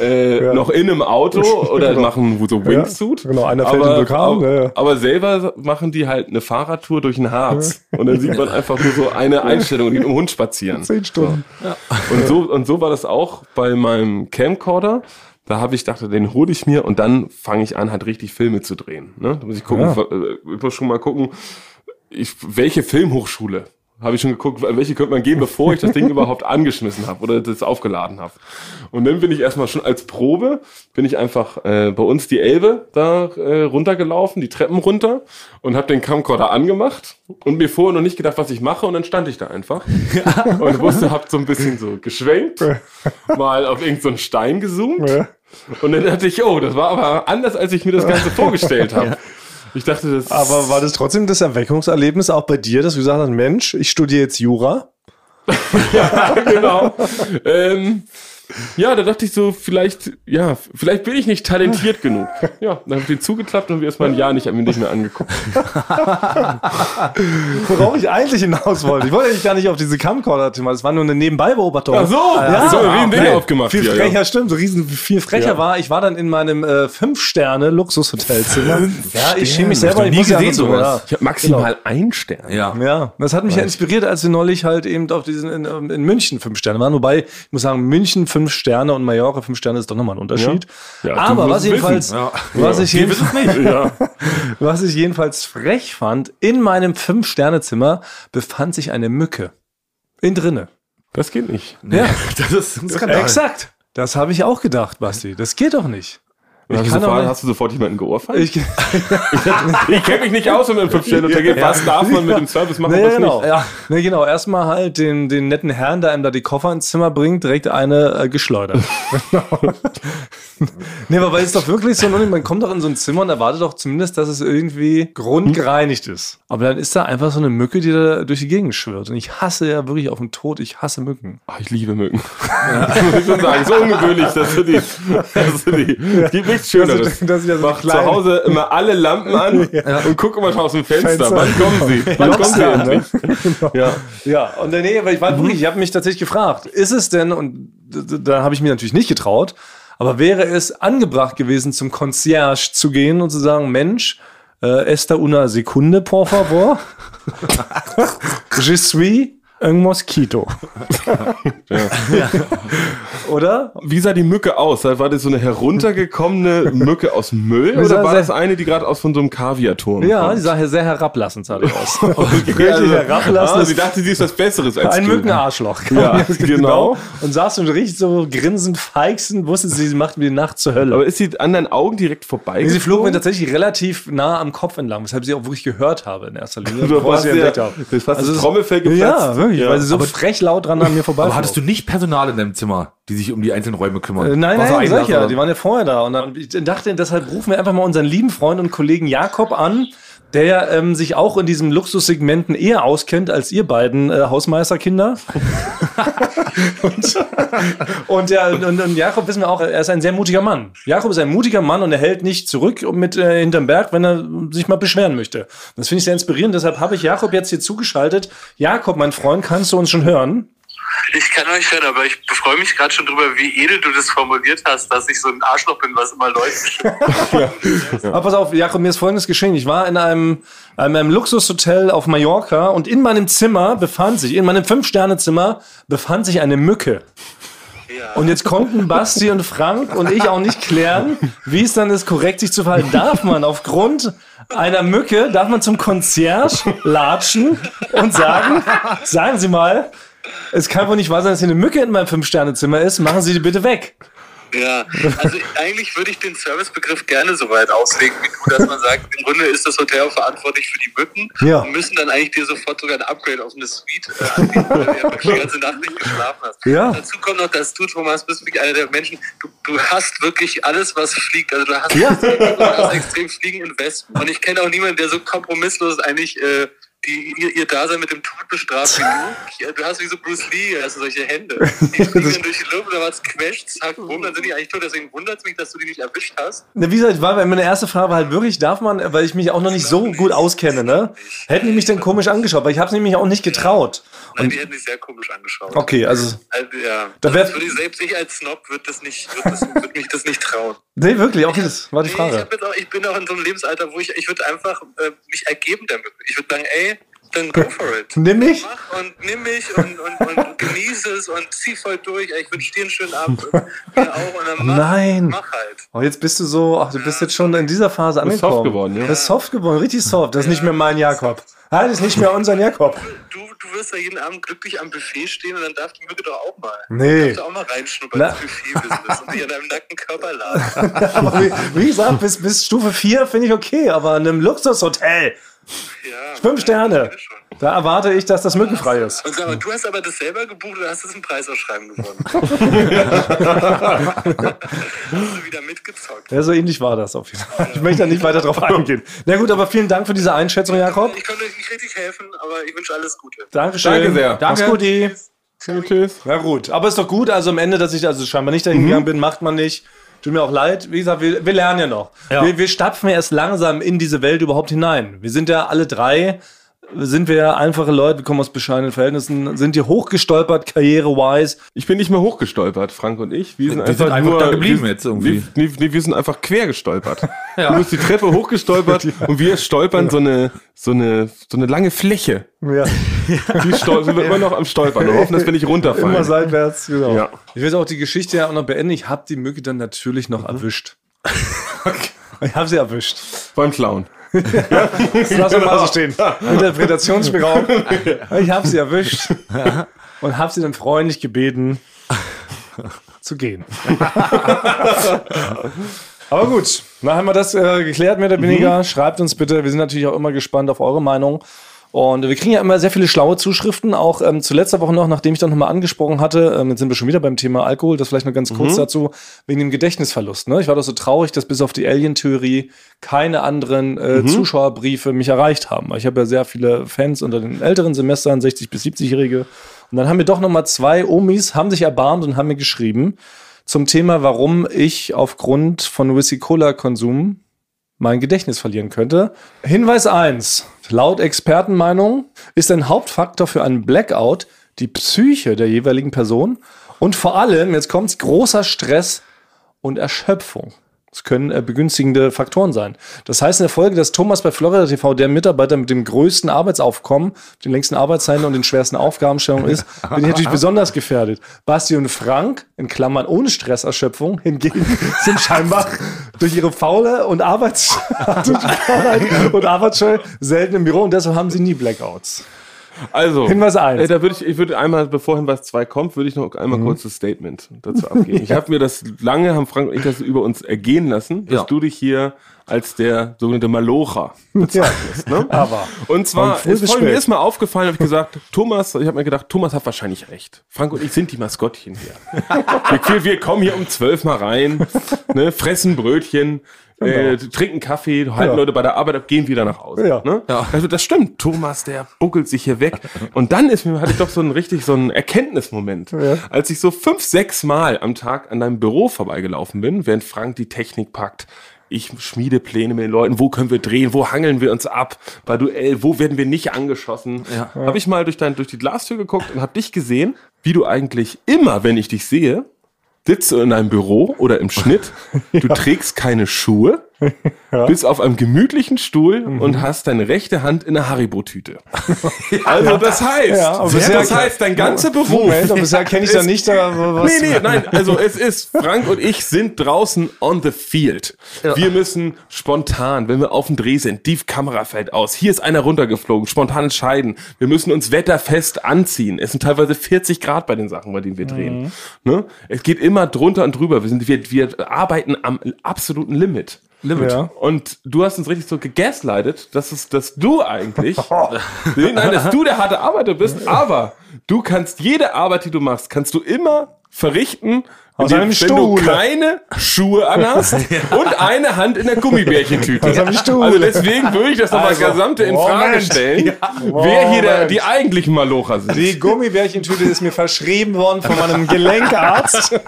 S3: äh, noch in einem Auto oder machen so Wingsuit.
S1: genau. Ja, genau, einer fällt in den Vulkan, ja, ja.
S3: Aber selber machen die halt eine Fahrradtour durch den Harz. Und dann sieht man einfach nur so eine Einstellung und die mit dem Hund spazieren.
S1: Zehn Stunden.
S3: Und so, und so war das auch bei meinem Camcorder. Da habe ich dachte, den hole ich mir und dann fange ich an, halt richtig Filme zu drehen. Ne? Da muss ich gucken,
S1: Ja.
S3: ver- äh, ich muss schon mal gucken, ich, welche Filmhochschule habe ich schon geguckt, welche könnte man gehen, bevor ich das Ding überhaupt angeschmissen habe oder das aufgeladen habe. Und dann bin ich erstmal schon als Probe, bin ich einfach äh, bei uns die Elbe da äh, runtergelaufen, die Treppen runter und habe den Camcorder angemacht und mir vorher noch nicht gedacht, was ich mache und dann stand ich da einfach und wusste, hab so ein bisschen so geschwenkt, mal auf irgendeinen so einen Stein gezoomt
S1: Ja.
S3: und dann dachte ich, oh, das war aber anders, als ich mir das Ganze vorgestellt habe. Ich dachte, das
S1: Aber war das trotzdem das Erweckungserlebnis auch bei dir, dass du gesagt hast, Mensch, ich studiere jetzt Jura?
S3: ja, genau. Ähm, ja, da dachte ich so, vielleicht, ja, vielleicht bin ich nicht talentiert genug. Ja, dann habe ich den zugeklappt und hab mir erstmal ein Jahr nicht, hab mir nicht mehr angeguckt.
S1: Worauf ich eigentlich hinaus wollte. Ich wollte eigentlich gar nicht auf diese Camcorder-Thema, das war nur eine Nebenbeibeobachtung.
S3: ja, so, wir haben den
S1: Nee,
S3: aufgemacht
S1: Viel
S3: hier.
S1: frecher,
S3: Ja.
S1: stimmt. So riesen, viel frecher
S3: Ja.
S1: war, ich war dann in meinem äh, Fünf-Sterne-Luxus-Hotelzimmer. ja, ich schäme mich selber.
S2: Hab ich
S1: muss
S2: nie
S1: ja
S2: gesehen,
S1: dazu-
S2: sowas.
S3: Ich habe maximal einen Stern.
S2: Ja.
S1: Ja. ja, das hat mich ja inspiriert, als wir neulich halt eben auf diesen in, ähm, in München fünf Sterne waren. Wobei, ich muss sagen, München fünf Sterne und Mallorca fünf Sterne ist doch nochmal ein Unterschied.
S3: Ja. Ja, du
S1: Aber
S3: musst
S1: was
S3: es
S1: jedenfalls,
S3: wissen.
S2: Ja.
S1: was ich
S2: Wir
S1: jedenfalls
S2: wissen es nicht.
S3: Ja.
S1: was ich jedenfalls frech fand, in meinem Fünf-Sterne-Zimmer befand sich eine Mücke. In drinne.
S3: Das geht nicht.
S2: Ja, das ist ein Skandal.
S1: Exakt. Das habe ich auch gedacht, Basti. Das geht doch nicht.
S3: Hast,
S1: kann doch
S3: du sofort,
S1: nicht-
S3: hast du sofort jemanden geohrfeigt?
S1: Ich,
S3: Ich kenne mich nicht aus, wenn man fünf Sterne untergeht. Was darf man mit dem Service machen? und
S1: nee,
S3: was
S1: genau.
S3: nicht?
S1: Ja. Nee, genau. Erstmal halt den, den netten Herrn, der einem da die Koffer ins Zimmer bringt, direkt eine äh, geschleudert. genau. nee, aber weil es doch wirklich so, ein- man kommt doch in so ein Zimmer und erwartet doch zumindest, dass es irgendwie grundgereinigt ist. Aber dann ist da einfach so eine Mücke, die da durch die Gegend schwirrt. Und ich hasse ja wirklich auf den Tod, ich hasse Mücken.
S3: Ach, Ah, ich liebe Mücken. Das muss ich schon sagen. So ungewöhnlich, dass du die. Dass du die es gibt nichts Schöneres.
S1: Dass ich- dass ich da so
S3: Mach zu
S1: kleine-
S3: Hause immer alle Lampen an und guck immer schon aus dem Fenster.
S1: Fenster.
S3: Wann kommen sie? Wann kommen sie
S1: Lockdown, ne?
S3: endlich? Ja.
S1: Ja, und dann, nee, aber ich war
S3: Mhm.
S1: wirklich, ich habe mich tatsächlich gefragt, ist es denn, und d- d- da habe ich mir natürlich nicht getraut, aber wäre es angebracht gewesen, zum Concierge zu gehen und zu sagen, Mensch, äh, esta una Sekunde, por favor. Je suis un mosquito. Oder?
S3: Wie sah die Mücke aus? War das so eine heruntergekommene Mücke aus Müll oder
S1: sah
S3: war
S1: sehr-
S3: das eine, die gerade aus von so einem Kaviarturm
S1: Ja,
S3: kommt?
S1: die sah hier sehr herablassend sah die aus. Richtig
S3: Also,
S1: herablassend.
S3: ah, sie dachte, sie ist was Besseres als
S1: Ein
S3: du.
S1: Mückenarschloch.
S3: Ja, genau.
S1: Und saß und richtig so grinsend, feixend, wusste sie, sie macht mir die Nacht zur Hölle.
S3: Aber ist sie an deinen Augen direkt vorbei?
S1: Nee, sie flog mir tatsächlich relativ nah am Kopf entlang, weshalb ich sie auch wirklich gehört habe in erster Linie.
S3: Du warst
S1: ich sie
S3: ja-
S1: entdeckt habe.
S3: du hast fast das Trommelfell geplatzt.
S1: Also Ja, wirklich,
S3: Ja.
S1: weil sie so frech laut dran an mir vorbei
S2: Aber hattest du nicht Personal in deinem Zimmer, die sich um die einzelnen Räume kümmern?
S1: Äh, Nein,
S2: Was
S1: nein,
S2: ein-
S1: sag ich ja,
S2: also-
S1: die waren ja vorher da. Und dann, ich dachte, deshalb rufen wir einfach mal unseren lieben Freund und Kollegen Jakob an, der ja ähm, sich auch in diesem Luxussegmenten eher auskennt als ihr beiden äh, Hausmeisterkinder. Und, ja, und, und Jakob wissen wir auch, er ist ein sehr mutiger Mann. Jakob ist ein mutiger Mann und er hält nicht zurück mit äh, hinterm Berg, wenn er sich mal beschweren möchte. Das finde ich sehr inspirierend. Deshalb habe ich Jakob jetzt hier zugeschaltet. Jakob, mein Freund, kannst du uns schon hören?
S4: Ich kann euch hören, aber ich freue mich gerade schon drüber, wie edel du das formuliert hast, dass ich so ein Arschloch bin, was immer läuft.
S1: Aber pass auf, Jakob, mir ist folgendes geschehen. Ich war in einem, in einem Luxushotel auf Mallorca und in meinem Zimmer befand sich, in meinem Fünf-Sterne-Zimmer befand sich eine Mücke. Und jetzt konnten Basti und Frank und ich auch nicht klären, wie es dann ist, korrekt sich zu verhalten. Darf man aufgrund einer Mücke, darf man zum Concierge latschen und sagen, sagen Sie mal, es kann wohl nicht wahr sein, dass hier eine Mücke in meinem Fünf-Sterne-Zimmer ist, machen Sie die bitte weg.
S4: Ja, also eigentlich würde ich den Servicebegriff gerne so weit auslegen, wie du, dass man sagt, im Grunde ist das Hotel auch verantwortlich für die Mücken
S1: Ja.
S4: und müssen dann eigentlich dir sofort sogar ein Upgrade auf eine Suite äh, anbieten, weil du ja wirklich die ganze Nacht nicht geschlafen hast.
S1: Ja.
S4: Dazu kommt noch, dass du, Thomas, bist wirklich einer der Menschen, du, du hast wirklich alles, was fliegt. Also du hast, du hast extrem Fliegen und Wespen. Und ich kenne auch niemanden, der so kompromisslos eigentlich... Äh, die ihr, ihr Dasein mit dem Tod bestraft wie du. Ja, Du hast wie so Bruce Lee, hast du solche Hände. Die fliegen dann durch die Luft, da was quetscht, zack, bumm, dann sind die eigentlich tot. Deswegen wundert es mich, dass du die nicht erwischt hast.
S1: Na, Ne, wie gesagt, war meine erste Frage war halt wirklich, darf man, weil ich mich auch noch nicht so gut auskenne, ne? Hätten die mich denn komisch angeschaut, weil ich habe es nämlich auch nicht getraut.
S4: Nein, die hätten dich sehr komisch angeschaut.
S1: Okay, also,
S4: Also, ja.
S1: Da wär-
S4: das würde ich, selbst ich als Snob würde das nicht, würde das, würd mich das nicht trauen.
S1: nee, wirklich, okay, das war die
S4: Nee, ich,
S1: Frage.
S4: hab jetzt auch, ich bin auch in so einem Lebensalter, wo ich, ich würde einfach äh, mich ergeben damit. Ich würde sagen, ey, dann go for it.
S1: Nimm mich?
S4: Mach und nimm mich und, und, und genieße es und zieh voll durch. Ey, Ich wünsche dir einen schönen Abend. Mir auch. Und dann mach,
S1: Nein.
S4: mach halt.
S1: Oh, jetzt bist du so, ach, du bist jetzt schon in dieser Phase
S3: bist
S1: angekommen.
S3: soft geworden, ja.
S1: Das ist soft geworden, richtig soft. Das ist nicht mehr mein Jakob. Ah, Das ist nicht mehr unser Jakob.
S4: Du, du wirst ja jeden Abend glücklich am Buffet stehen und dann darf die Mücke doch auch mal.
S1: Nee.
S4: Darfst du auch mal reinschnuppern
S1: Na.
S4: ins Buffet-Business und dich an deinem nackten Körper laden.
S1: Aber wie, wie gesagt, bis, bis Stufe 4 finde ich okay, aber in einem Luxushotel,
S4: Ja,
S1: fünf Sterne,
S4: schon.
S1: da erwarte ich, dass das mückenfrei ist.
S4: Und sag mal, du hast aber das selber gebucht oder hast du es im Preisausschreiben gewonnen? hast du wieder mitgezockt.
S1: Ja, so ähnlich war das auf jeden Fall. Ich möchte da nicht weiter drauf eingehen. Na gut, aber vielen Dank für diese Einschätzung, Jakob.
S4: Ich konnte euch nicht richtig helfen, aber ich wünsche alles Gute.
S1: Dankeschön.
S3: Danke sehr.
S1: Mach's
S3: Danke.
S1: gut, die.
S3: Tschüss.
S1: Na gut, aber ist doch gut, also am Ende, dass ich also scheinbar nicht
S3: Mhm.
S1: dahin gegangen bin, macht man nicht. Tut mir auch leid, wie gesagt, wir, wir lernen ja noch. Wir, wir stapfen ja erst langsam in diese Welt überhaupt hinein. Wir sind ja alle drei, sind wir ja einfache Leute, wir kommen aus bescheidenen Verhältnissen, sind hier hochgestolpert, karriere-wise.
S3: Ich bin nicht mehr hochgestolpert, Frank und ich. Wir sind,
S2: Wir sind einfach da geblieben jetzt irgendwie.
S3: Wir, nee, nee, wir sind einfach quer gestolpert. Du bist die Treppe hochgestolpert und wir stolpern so, eine, so, eine, so eine lange Fläche.
S1: Ja,
S3: Die stol sind wir immer noch am Stolpern und hoffen, dass wir nicht runterfallen.
S1: immer seitwärts, genau.
S3: Ja.
S1: Ich will auch die Geschichte ja auch noch beenden. Ich habe die Mücke dann natürlich noch erwischt. Ich habe sie erwischt.
S3: Beim Clown.
S1: Lass uns mal so stehen. Interpretationsspielraum. Ich habe sie erwischt und habe sie dann freundlich gebeten, zu gehen. Aber gut, dann haben wir das äh, geklärt, mehr oder weniger. Schreibt uns bitte. Wir sind natürlich auch immer gespannt auf eure Meinung. Und wir kriegen ja immer sehr viele schlaue Zuschriften, auch ähm, zu letzter Woche noch, nachdem ich dann nochmal angesprochen hatte, ähm, jetzt sind wir schon wieder beim Thema Alkohol, das vielleicht noch ganz kurz dazu, wegen dem Gedächtnisverlust. Ne? Ich war doch so traurig, dass bis auf die Alien-Theorie keine anderen äh, Zuschauerbriefe mich erreicht haben. Ich habe ja sehr viele Fans unter den älteren Semestern, 60- bis 70-Jährige. Und dann haben mir doch nochmal zwei Omis, haben sich erbarmt und haben mir geschrieben, zum Thema, warum ich aufgrund von Whisky-Cola-Konsum mein Gedächtnis verlieren könnte. Hinweis 1. Laut Expertenmeinung ist ein Hauptfaktor für einen Blackout die Psyche der jeweiligen Person und vor allem, jetzt kommt's, großer Stress und Erschöpfung. Das können äh, begünstigende Faktoren sein. Das heißt in der Folge, dass Thomas bei Florida TV der Mitarbeiter mit dem größten Arbeitsaufkommen, den längsten Arbeitszeiten und den schwersten Aufgabenstellungen ist, bin ich natürlich besonders gefährdet. Basti und Frank, in Klammern ohne Stresserschöpfung, hingegen sind scheinbar durch ihre faule und Arbeits durch Faulheit und Arbeitsscheu selten im Büro und deshalb haben sie nie Blackouts.
S3: Also,
S1: Hinweis eins.
S3: Äh, da würde ich, ich würde einmal, bevor Hinweis 2 kommt, würde ich noch einmal
S2: Mhm.
S3: kurz das Statement dazu abgeben. Ich habe mir das lange, haben Frank und ich das über uns ergehen lassen, dass
S2: Ja.
S3: du dich hier als der sogenannte Malocher bezeichnest. Ne?
S1: Aber
S3: Und zwar,
S1: Von früh
S3: ist,
S1: bis
S3: voll, mir
S1: spät.
S3: ist mal aufgefallen, habe ich gesagt, Thomas, ich habe mir gedacht, Thomas hat wahrscheinlich recht. Frank und ich sind die Maskottchen hier. wir, wir, wir kommen hier um zwölf mal rein, ne, fressen Brötchen, äh, trinken Kaffee, halten
S1: Genau. Ja.
S3: Leute bei der Arbeit ab, gehen wieder nach Hause.
S1: Ja.
S3: Ne? Also das stimmt, Thomas, der buckelt sich hier weg. Und dann ist mir, hatte ich doch so einen richtig, so einen Erkenntnismoment. Als ich so fünf, sechs Mal am Tag an deinem Büro vorbeigelaufen bin, während Frank die Technik packt, ich schmiede Pläne mit den Leuten, wo können wir drehen, wo hangeln wir uns ab, bei Duell, wo werden wir nicht angeschossen.
S2: Ja.
S3: Habe ich mal durch, dein, durch die Glastür geguckt und habe dich gesehen, wie du eigentlich immer, wenn ich dich sehe, sitzt du in einem Büro oder im Schnitt, du trägst keine Schuhe, bist auf einem gemütlichen Stuhl und hast deine rechte Hand in einer Haribo-Tüte. also das heißt,
S1: Ja, aber
S3: sehr,
S1: sehr
S3: das
S1: klar.
S3: heißt, dein ganzer Beruf.
S1: Moment, aber bisher kenne ich da nicht. Da, was,
S3: Nee, nee, nein, also es ist, Frank und ich sind draußen on the field. Wir müssen spontan, wenn wir auf dem Dreh sind, die Kamera fällt aus, hier ist einer runtergeflogen, spontan entscheiden. Wir müssen uns wetterfest anziehen. Es sind teilweise 40 Grad bei den Sachen, bei denen wir drehen.
S1: Mhm.
S3: Ne? Es geht immer drunter und drüber. Wir, sind, wir, wir arbeiten am absoluten Limit. Limit.
S1: Ja.
S3: Und du hast uns richtig so gegaslightet, dass, es, dass du eigentlich, nee, nein, dass du der harte Arbeiter bist, aber du kannst jede Arbeit, die du machst, kannst du immer verrichten,
S1: Aus
S3: indem-
S1: einem
S3: wenn du
S1: Stuhl.
S3: keine Schuhe anhast und eine Hand in der Gummibärchentüte.
S1: Aus einem Stuhl.
S3: Also deswegen würde ich das nochmal
S1: Also,
S3: gesamte in Frage
S1: Moment.
S3: stellen, wer hier der,
S1: Moment.
S3: die eigentlichen Malocher sind.
S1: Die Gummibärchentüte ist mir verschrieben worden von meinem Gelenkarzt.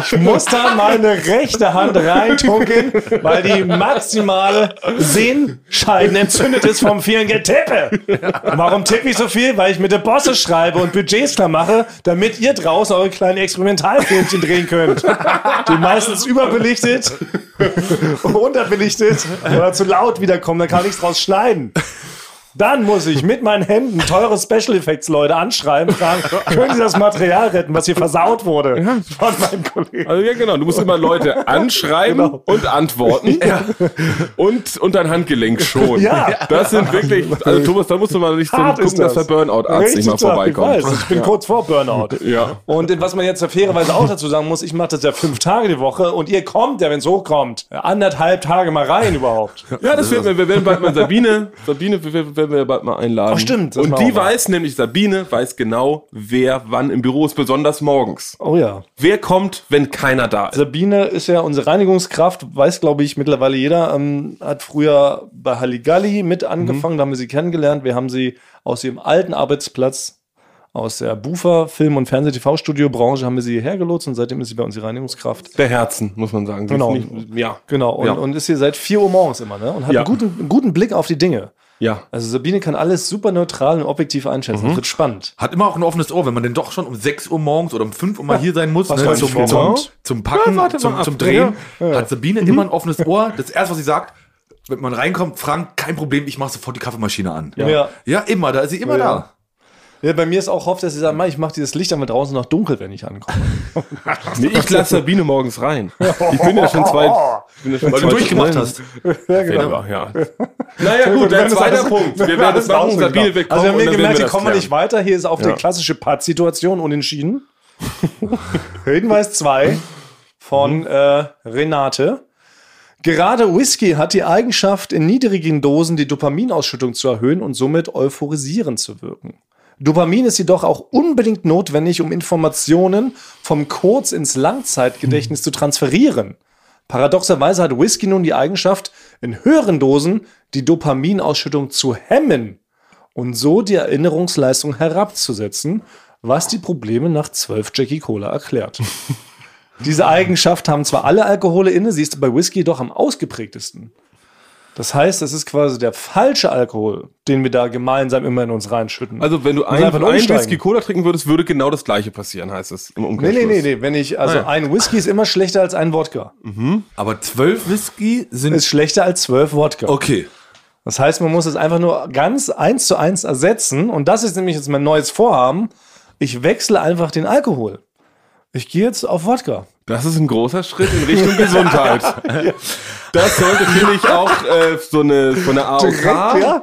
S1: Ich muss da meine rechte Hand reintunken, weil die maximale Sehnscheiden entzündet ist vom vielen Getippe. Warum tippe ich so viel? Weil ich mit der Bosse schreibe und Budgets klar mache, damit ihr draußen eure kleinen Experimentalfilmchen drehen könnt. Die meistens überbelichtet, unterbelichtet oder zu laut wiederkommen, da kann nichts draus schneiden. Dann muss ich mit meinen Händen teure Special Effects Leute anschreiben, fragen, können Sie das Material retten, was hier versaut wurde von meinem Kollegen?
S3: Also ja, genau. Du musst immer Leute anschreiben
S1: Genau.
S3: und antworten. Und, und dein Handgelenk schon.
S1: Ja.
S3: Das sind wirklich. Also Thomas, da musst du mal nicht so
S1: Hart
S3: gucken,
S1: ist das.
S3: dass der Burnout-Arzt
S1: Richtig,
S3: nicht mal
S1: ja, Ich,
S3: vorbeikommt.
S1: weiß, ich bin kurz vor Burnout.
S3: Ja.
S1: Und was man jetzt fairerweise auch dazu sagen muss, ich mache das ja fünf Tage die Woche und ihr kommt ja, wenn es hochkommt, anderthalb Tage mal rein überhaupt.
S3: Ja, das wird, wir werden bald mal Sabine. Sabine werden wir- werden wir bald mal einladen.
S1: Ach, stimmt, das
S3: Und
S1: machen
S3: die
S1: wir mal.
S3: weiß nämlich, Sabine weiß genau, wer wann im Büro ist, besonders morgens.
S1: Oh ja.
S3: Wer kommt, wenn keiner da ist?
S1: Sabine ist ja unsere Reinigungskraft, weiß glaube ich mittlerweile jeder, ähm, hat früher bei Halligalli mit angefangen,
S3: Mhm.
S1: da haben wir sie kennengelernt. Wir haben sie aus ihrem alten Arbeitsplatz aus der Bufa Film- und Fernseh-TV-Studio-Branche haben wir sie hierher gelotst und seitdem ist sie bei uns die Reinigungskraft.
S3: Der Herzen, muss man sagen. Sie
S1: Genau.
S3: Ist nicht, ja.
S1: Genau, und,
S3: Ja.
S1: und ist hier seit 4 Uhr morgens immer, ne? Und hat
S3: Ja.
S1: einen, guten, einen guten Blick auf die Dinge.
S3: Ja. Mhm.
S1: Also Sabine kann alles super neutral und objektiv einschätzen. Das wird spannend.
S2: Hat immer auch ein offenes Ohr, wenn man denn doch schon um 6 Uhr morgens oder um 5 Uhr mal hier sein muss,
S1: Was
S2: ne,
S1: weiß
S2: zum,
S1: ich,
S2: zum,
S1: genau.
S2: zum Packen,
S3: Ja, warte mal
S2: zum,
S3: ab.
S2: zum Drehen, hat Sabine
S1: Mhm.
S2: immer ein offenes Ohr. Das erste, was sie sagt, wenn man reinkommt, Frank, kein Problem, ich mache sofort die Kaffeemaschine an.
S1: Ja.
S2: ja immer, da ist sie immer
S1: Ja.
S2: da.
S1: Ja, bei mir ist auch hofft, dass sie sagen, "Mann, ich mache dieses Licht dann mal draußen noch dunkel, wenn ich ankomme.
S3: Nee, ich lasse Sabine morgens rein. Ich bin ja schon zwei.
S1: Oh.
S3: Ich bin ja schon
S2: Weil du
S3: zwei-
S2: durchgemacht hast.
S1: Ja,
S3: Ja, ja. Naja, gut,
S1: Wenn
S3: dein
S1: das
S3: zweiter
S1: alles-
S3: Punkt.
S1: wenn
S3: Wir werden
S1: alles
S3: es machen,
S1: draußen geklappt. Also wir
S3: Sabine, wir kommen.
S1: haben
S3: und
S1: hier
S3: dann werden
S1: gemerkt,
S3: wir
S1: hier
S3: das
S1: kommen wir nicht
S3: klären.
S1: weiter. Hier ist auch die klassische Pattsituation unentschieden. Hinweis 2 von äh, Renate. Gerade Whisky hat die Eigenschaft, in niedrigen Dosen die Dopaminausschüttung zu erhöhen und somit euphorisierend zu wirken. Dopamin ist jedoch auch unbedingt notwendig, um Informationen vom Kurz- ins Langzeitgedächtnis zu transferieren. Paradoxerweise hat Whisky nun die Eigenschaft, in höheren Dosen die Dopaminausschüttung zu hemmen und so die Erinnerungsleistung herabzusetzen, was die Probleme nach 12 Jackie Cola erklärt. Diese Eigenschaft haben zwar alle Alkohole inne, sie ist bei Whisky doch am ausgeprägtesten. Das heißt, es ist quasi der falsche Alkohol, den wir da gemeinsam immer in uns reinschütten.
S3: Also, wenn du
S1: Muss
S3: ein,
S1: einfach
S3: ein
S1: umsteigen.
S3: Whisky Cola trinken würdest, würde genau das Gleiche passieren, heißt es im
S1: nee,
S3: Umkehrschluss.
S1: nee, nee, nee, wenn ich, also
S3: Ah, ja. Mhm.
S1: ein Whisky ist immer schlechter als ein Wodka.
S2: Aber 12 Whisky sind.
S1: Ist schlechter als 12 Wodka.
S2: okay.
S1: Das heißt, man muss es einfach nur ganz eins zu eins ersetzen. Und das ist nämlich jetzt mein neues Vorhaben. Ich wechsle einfach den Alkohol. Ich gehe jetzt auf Wodka.
S3: Das ist ein großer Schritt in Richtung Gesundheit. Das sollte, finde ich, auch äh, so, eine, von der AOK,
S1: ja.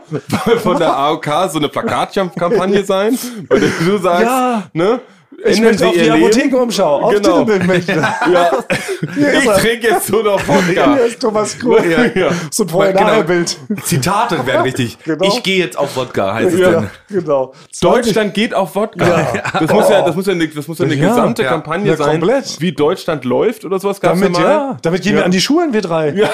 S3: von der AOK so eine Plakatkampagne sein, bei der du sagst,
S1: Ja.
S3: ne?
S1: Ich
S3: ändern
S1: möchte
S3: Sie
S1: auf
S3: Ihr
S1: die
S3: Leben.
S1: Apotheke umschauen. Auf
S3: Genau.
S1: Titelbild möchte.
S3: Ja. Ich
S1: er.
S3: trinke jetzt nur noch Wodka.
S1: Hier ist Thomas Kuh.
S3: Ja, ja. Genau,
S1: So ein Vorher-Nachher-Bild.
S2: Genau. Zitate werden wichtig.
S1: Genau.
S2: Ich gehe jetzt auf Wodka, heißt es
S1: Ja,
S2: dann.
S1: genau.
S3: Deutschland geht auf Wodka. Das, muss ja, das muss ja eine, das muss ja eine
S1: Ja.
S3: gesamte
S2: Oh. Ja.
S3: Kampagne
S1: Ja,
S3: sein,
S1: komplett.
S3: wie Deutschland läuft oder sowas. Gab's
S1: Damit,
S3: mal.
S2: genau.
S1: ja, damit gehen wir an die Schulen, wir drei.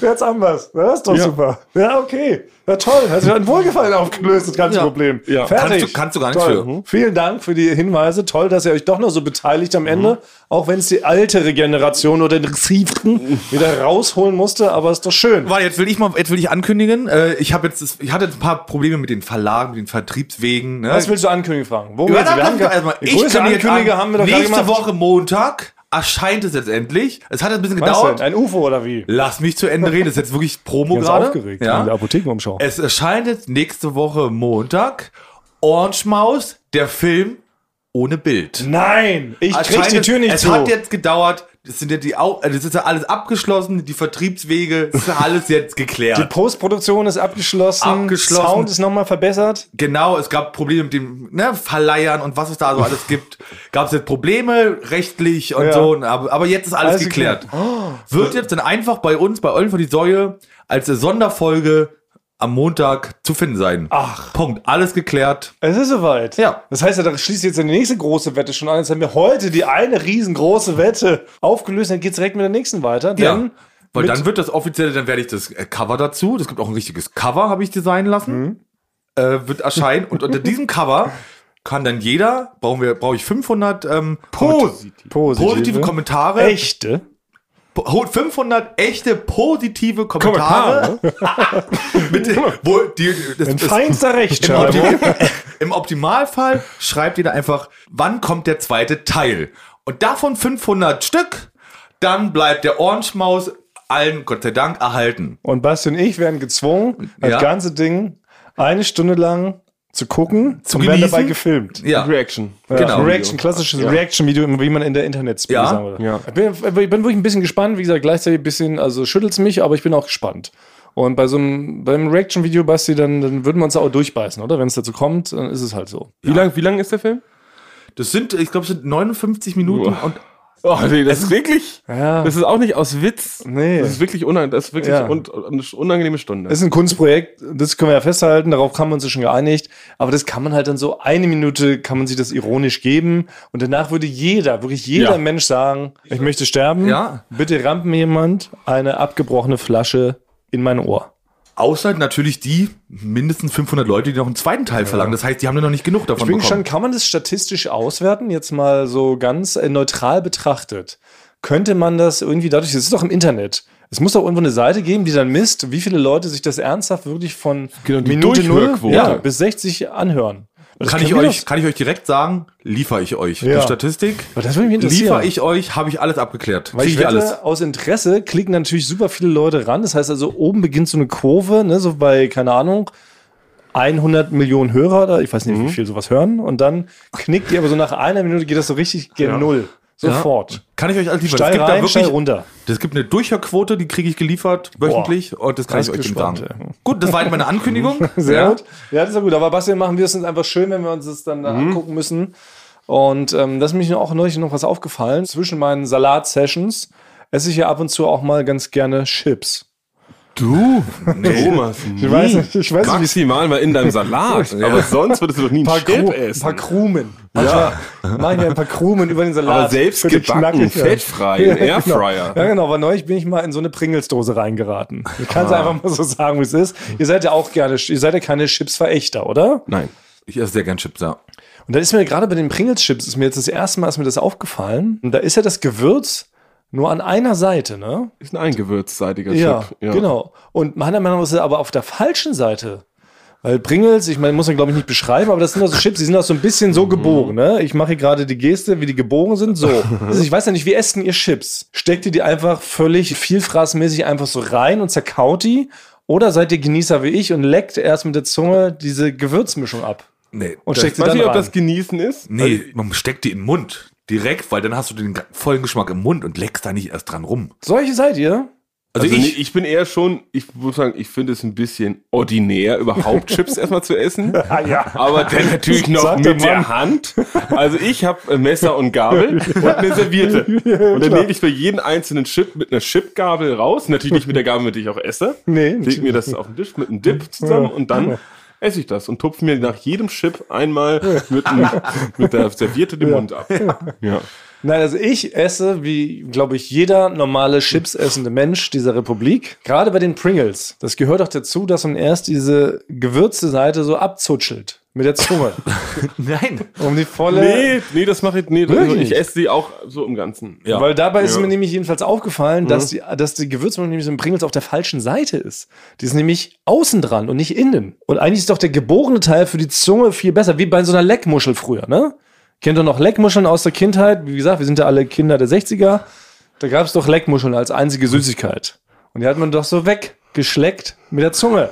S1: Jetzt haben wir's. Das ist doch
S3: Ja.
S1: super. Ja, okay. Ja, toll. Hat sich ein Wohlgefallen aufgelöst, das ganze
S2: Ja.
S1: Problem.
S3: Ja.
S1: Fertig.
S2: Kannst du- kannst du gar nichts
S1: toll.
S2: für.
S1: Mhm. Vielen Dank für die Hinweise. Toll, dass ihr euch doch noch so beteiligt am
S2: Mhm.
S1: Ende. Auch wenn es die ältere Generation oder den Siebten wieder rausholen musste. Aber ist doch schön.
S2: Warte, jetzt will ich mal, jetzt will ich ankündigen. Äh, ich habe jetzt, das- ich hatte jetzt ein paar Probleme mit den Verlagen, mit den Vertriebswegen. Ne?
S1: Was willst du ankündigen, fragen? Wo
S2: Ja,
S1: willst du-
S2: dann
S1: wir haben
S2: kommt
S1: gar-
S2: erstmal.
S1: die
S2: Ich
S1: größte
S2: kündige jetzt
S1: Ankündiger
S2: an.
S1: haben wir doch gerade
S2: Nächste
S1: gemacht.
S2: Woche Montag erscheint es jetzt endlich. Es hat ein bisschen
S1: Was
S2: gedauert.
S1: denn? Ein UFO oder wie?
S2: Lass mich zu Ende reden. Das ist jetzt wirklich Promo
S1: Ganz
S2: gerade.
S1: aufgeregt. In der
S2: Ja.
S1: Apothekenumschau.
S2: Es erscheint jetzt nächste Woche Montag Orange Maus, der Film ohne Bild.
S1: Nein, ich krieg
S2: Erscheint
S1: die
S2: jetzt-
S1: Tür nicht
S2: Es
S1: zu.
S2: hat jetzt gedauert. Es sind ja die Au also es ist ja alles abgeschlossen. Die Vertriebswege es ist ja alles jetzt
S1: Die
S2: geklärt.
S1: Postproduktion ist abgeschlossen.
S2: Abgeschlossen.
S1: Sound ist nochmal verbessert.
S2: genau, es gab Probleme mit dem ne, Verleihern und was es da so alles gibt. Gab es jetzt Probleme rechtlich und
S1: Ja.
S2: so. und Aber, aber jetzt ist alles,
S1: Alles
S2: geklärt.
S1: Oh.
S2: Wird jetzt dann einfach bei uns, bei Eulen von die Säue, als Sonderfolge am Montag zu finden sein.
S1: Ach.
S2: Punkt. Alles geklärt.
S1: Es ist soweit.
S2: Ja.
S1: Das heißt ja, da schließt jetzt die nächste große Wette schon an. Jetzt haben wir heute die eine riesengroße Wette aufgelöst. Dann geht's direkt mit der nächsten weiter. Denn
S2: ja. Weil
S1: mit-
S2: dann wird das offizielle, dann werde ich das äh, Cover dazu. Das gibt auch ein richtiges Cover, habe ich designen lassen.
S1: Mhm.
S2: Äh, wird erscheinen. Und unter diesem Cover kann dann jeder, brauchen wir, brauche ich 500 ähm,
S1: positiv. positive,
S2: positive Kommentare.
S1: Echte.
S2: Po- 500 echte positive Kommentare.
S1: ne?
S2: mit, wo die, das,
S1: In
S2: das,
S1: feinster
S2: Im,
S1: Rechtschreibung.
S2: Optim Im Optimalfall schreibt ihr da einfach, wann kommt der zweite Teil. Und davon 500 Stück, dann bleibt der Orange Maus allen Gott sei Dank erhalten.
S1: Und Basti und ich werden gezwungen,
S2: Ja.
S1: das ganze Ding eine Stunde lang zu gucken und werden
S2: genießen.
S1: dabei gefilmt.
S2: Ja.
S3: Reaction.
S2: Genau.
S1: Reaction, klassisches Reaction-Video, wie man in der internet
S2: Ja.
S1: sagen würde.
S3: Ja.
S1: Ich, bin, ich bin wirklich ein bisschen gespannt, wie gesagt, gleichzeitig ein bisschen, also schüttelt's mich, aber ich bin auch gespannt. Und bei so einem, beim Reaction-Video, Basti, dann, dann würden wir uns da auch durchbeißen, oder? Wenn es dazu kommt, dann ist es halt so.
S3: Wie lang, wie lang ist der Film?
S2: Das sind, ich glaube, es sind 59 Minuten
S3: Uah.
S2: und
S3: Oh, nee, das ist wirklich.
S1: Ja.
S3: Das ist auch nicht aus Witz.
S1: Nee.
S3: Das ist wirklich, unang das ist wirklich
S1: Ja.
S3: un eine unangenehme Stunde.
S1: Das ist ein Kunstprojekt, das können wir ja festhalten, darauf haben wir uns ja schon geeinigt. Aber das kann man halt dann so eine Minute, kann man sich das ironisch geben. Und danach würde jeder, wirklich jeder
S3: Ja.
S1: Mensch sagen, ich möchte sterben.
S2: Ja.
S1: Bitte rammt mir jemand eine abgebrochene Flasche in mein Ohr.
S2: außer natürlich die mindestens 500 Leute, die noch einen zweiten Teil verlangen. Das heißt, die haben ja noch nicht genug davon
S1: Ich bin
S2: bekommen.
S1: gespannt, kann man das statistisch auswerten, jetzt mal so ganz äh, neutral betrachtet? Könnte man das irgendwie dadurch, das ist doch im Internet, es muss doch irgendwo eine Seite geben, die dann misst, wie viele Leute sich das ernsthaft wirklich von
S3: Genau, die
S1: Minute null
S3: Durchhörquote.
S1: ja, bis 60 anhören. Das
S2: Kann
S1: können
S2: ich,
S1: wir
S2: euch,
S1: doch-
S2: kann ich euch direkt sagen, liefere ich euch
S1: Ja.
S2: die Statistik.
S1: Aber das würde mich interessieren.
S2: Liefer ich euch, habe ich alles abgeklärt.
S1: Weil ich
S2: Kriege
S1: wette,
S2: ich alles.
S1: aus Interesse klicken natürlich super viele Leute ran. Das heißt also, oben beginnt so eine Kurve, ne, so bei, keine Ahnung, 100 Millionen Hörer oder ich weiß
S2: Mhm.
S1: nicht, wie viel sowas hören. Und dann knickt ihr, aber so nach einer Minute geht das so richtig gen Null. Sofort.
S2: Kann ich euch alles liefern.
S1: Steil
S2: da
S1: rein, steil runter.
S2: Das gibt eine Durchhörquote, die kriege ich geliefert wöchentlich und das kann
S1: das
S2: ich euch
S1: ist
S2: eben
S1: gespannt,
S2: sagen. Gut, das war jetzt meine Ankündigung.
S1: Sehr
S2: Ja.
S1: gut. Ja, das ist ja gut. Aber Bastian, machen wir es uns einfach schön, wenn wir uns das dann
S2: Mhm.
S1: angucken müssen. Und ähm, das ist mir auch neulich noch was aufgefallen. Zwischen meinen Salat-Sessions esse ich ja ab und zu auch mal ganz gerne Chips.
S3: du, Thomas.
S1: Ich weiß nicht, ich weiß nicht, wie es
S3: Maximal mal in deinem Salat. Aber sonst würdest du doch nie
S1: Paar,
S3: einen
S1: Kru
S3: Chip
S1: ein
S3: essen.
S1: paar Krumen. Ja. Mach ich mir ein paar Krumen über den Salat.
S3: aber selbst
S1: Für den
S3: gebacken,
S1: knackigen.
S3: fettfrei,
S1: Ja,
S3: im Airfryer.
S1: Genau. Ja, genau, weil neulich bin ich mal in so eine Pringles-Dose reingeraten. Ich kann
S3: Ah.
S1: es einfach mal so sagen, wie es ist. Ihr seid ja auch gerne, ihr seid ja keine Chips-Verächter, oder?
S3: Nein.
S2: Ich esse sehr gern Chips, ja.
S1: Und da ist mir gerade bei den Pringles-Chips, ist mir jetzt das erste Mal ist mir das aufgefallen. Und da ist ja das Gewürz nur an einer Seite, ne?
S3: Ist ein eingewürzseitiger
S1: Ja,
S3: Chip.
S1: genau. Und meiner Meinung nach ist er aber auf der falschen Seite. Weil Pringles, ich meine, muss man glaube ich nicht beschreiben, aber das sind ja so Chips, die sind auch so ein bisschen so gebogen, ne? Ich mache hier gerade die Geste, wie die gebogen sind, so. Also ich weiß ja nicht, wie essen ihr Chips? Steckt ihr die einfach völlig vielfraßmäßig einfach so rein und zerkaut die? Oder seid ihr Genießer wie ich und leckt erst mit der Zunge diese Gewürzmischung ab?
S2: Nee,
S1: Und
S2: das,
S1: steckt Also- sie
S3: Weiß
S1: dann
S3: nicht, ob
S1: rein?
S3: das genießen ist.
S2: nee man steckt die in den Mund. Direkt, weil dann hast du den ga- vollen Geschmack im Mund und leckst da nicht erst dran rum.
S1: Solche seid ihr?
S2: Also,
S3: Also
S2: ich,
S3: nee, ich bin eher schon, ich muss sagen, ich finde es ein bisschen ordinär, überhaupt Chips erstmal zu essen.
S1: Ah, ja.
S3: Aber dann natürlich noch
S1: Sagt der
S3: mit der
S1: Mann.
S3: Hand. Also ich habe Messer und Gabel und eine Serviette. Und dann
S1: klar.
S3: nehme ich für jeden einzelnen Chip mit einer Chipgabel raus. Natürlich nicht mit der Gabel, mit der ich auch esse.
S1: Nee,
S3: Lege mir das auf den Tisch mit einem Dip zusammen und dann esse ich das und tupfe mir nach jedem Chip einmal mit, dem, mit der Serviette den Mund ab. Ja.
S1: Nein, also ich esse, wie, glaube ich, jeder normale Chips essende Mensch dieser Republik, gerade bei den Pringles. Das gehört doch dazu, dass man erst diese gewürzte Seite so abzutschelt mit der Zunge,
S2: Nein.
S1: um die volle...
S3: Nee, nee, das mache ich nee, das-
S1: Wirklich
S3: Ich
S1: nicht?
S3: esse die auch so im Ganzen. Ja.
S1: Weil dabei ist
S3: Ja.
S1: mir nämlich jedenfalls aufgefallen, dass, die, dass die Gewürzmischung nämlich so im Pringles auf der falschen Seite ist. Die ist nämlich außen dran und nicht innen. Und eigentlich ist doch der geborene Teil für die Zunge viel besser, wie bei so einer Leckmuschel früher, ne? Kennt ihr noch Leckmuscheln aus der Kindheit? Wie gesagt, wir sind ja alle Kinder der 60er. Da gab es doch Leckmuscheln als einzige Süßigkeit. Und die hat man doch so weggeschleckt mit der Zunge.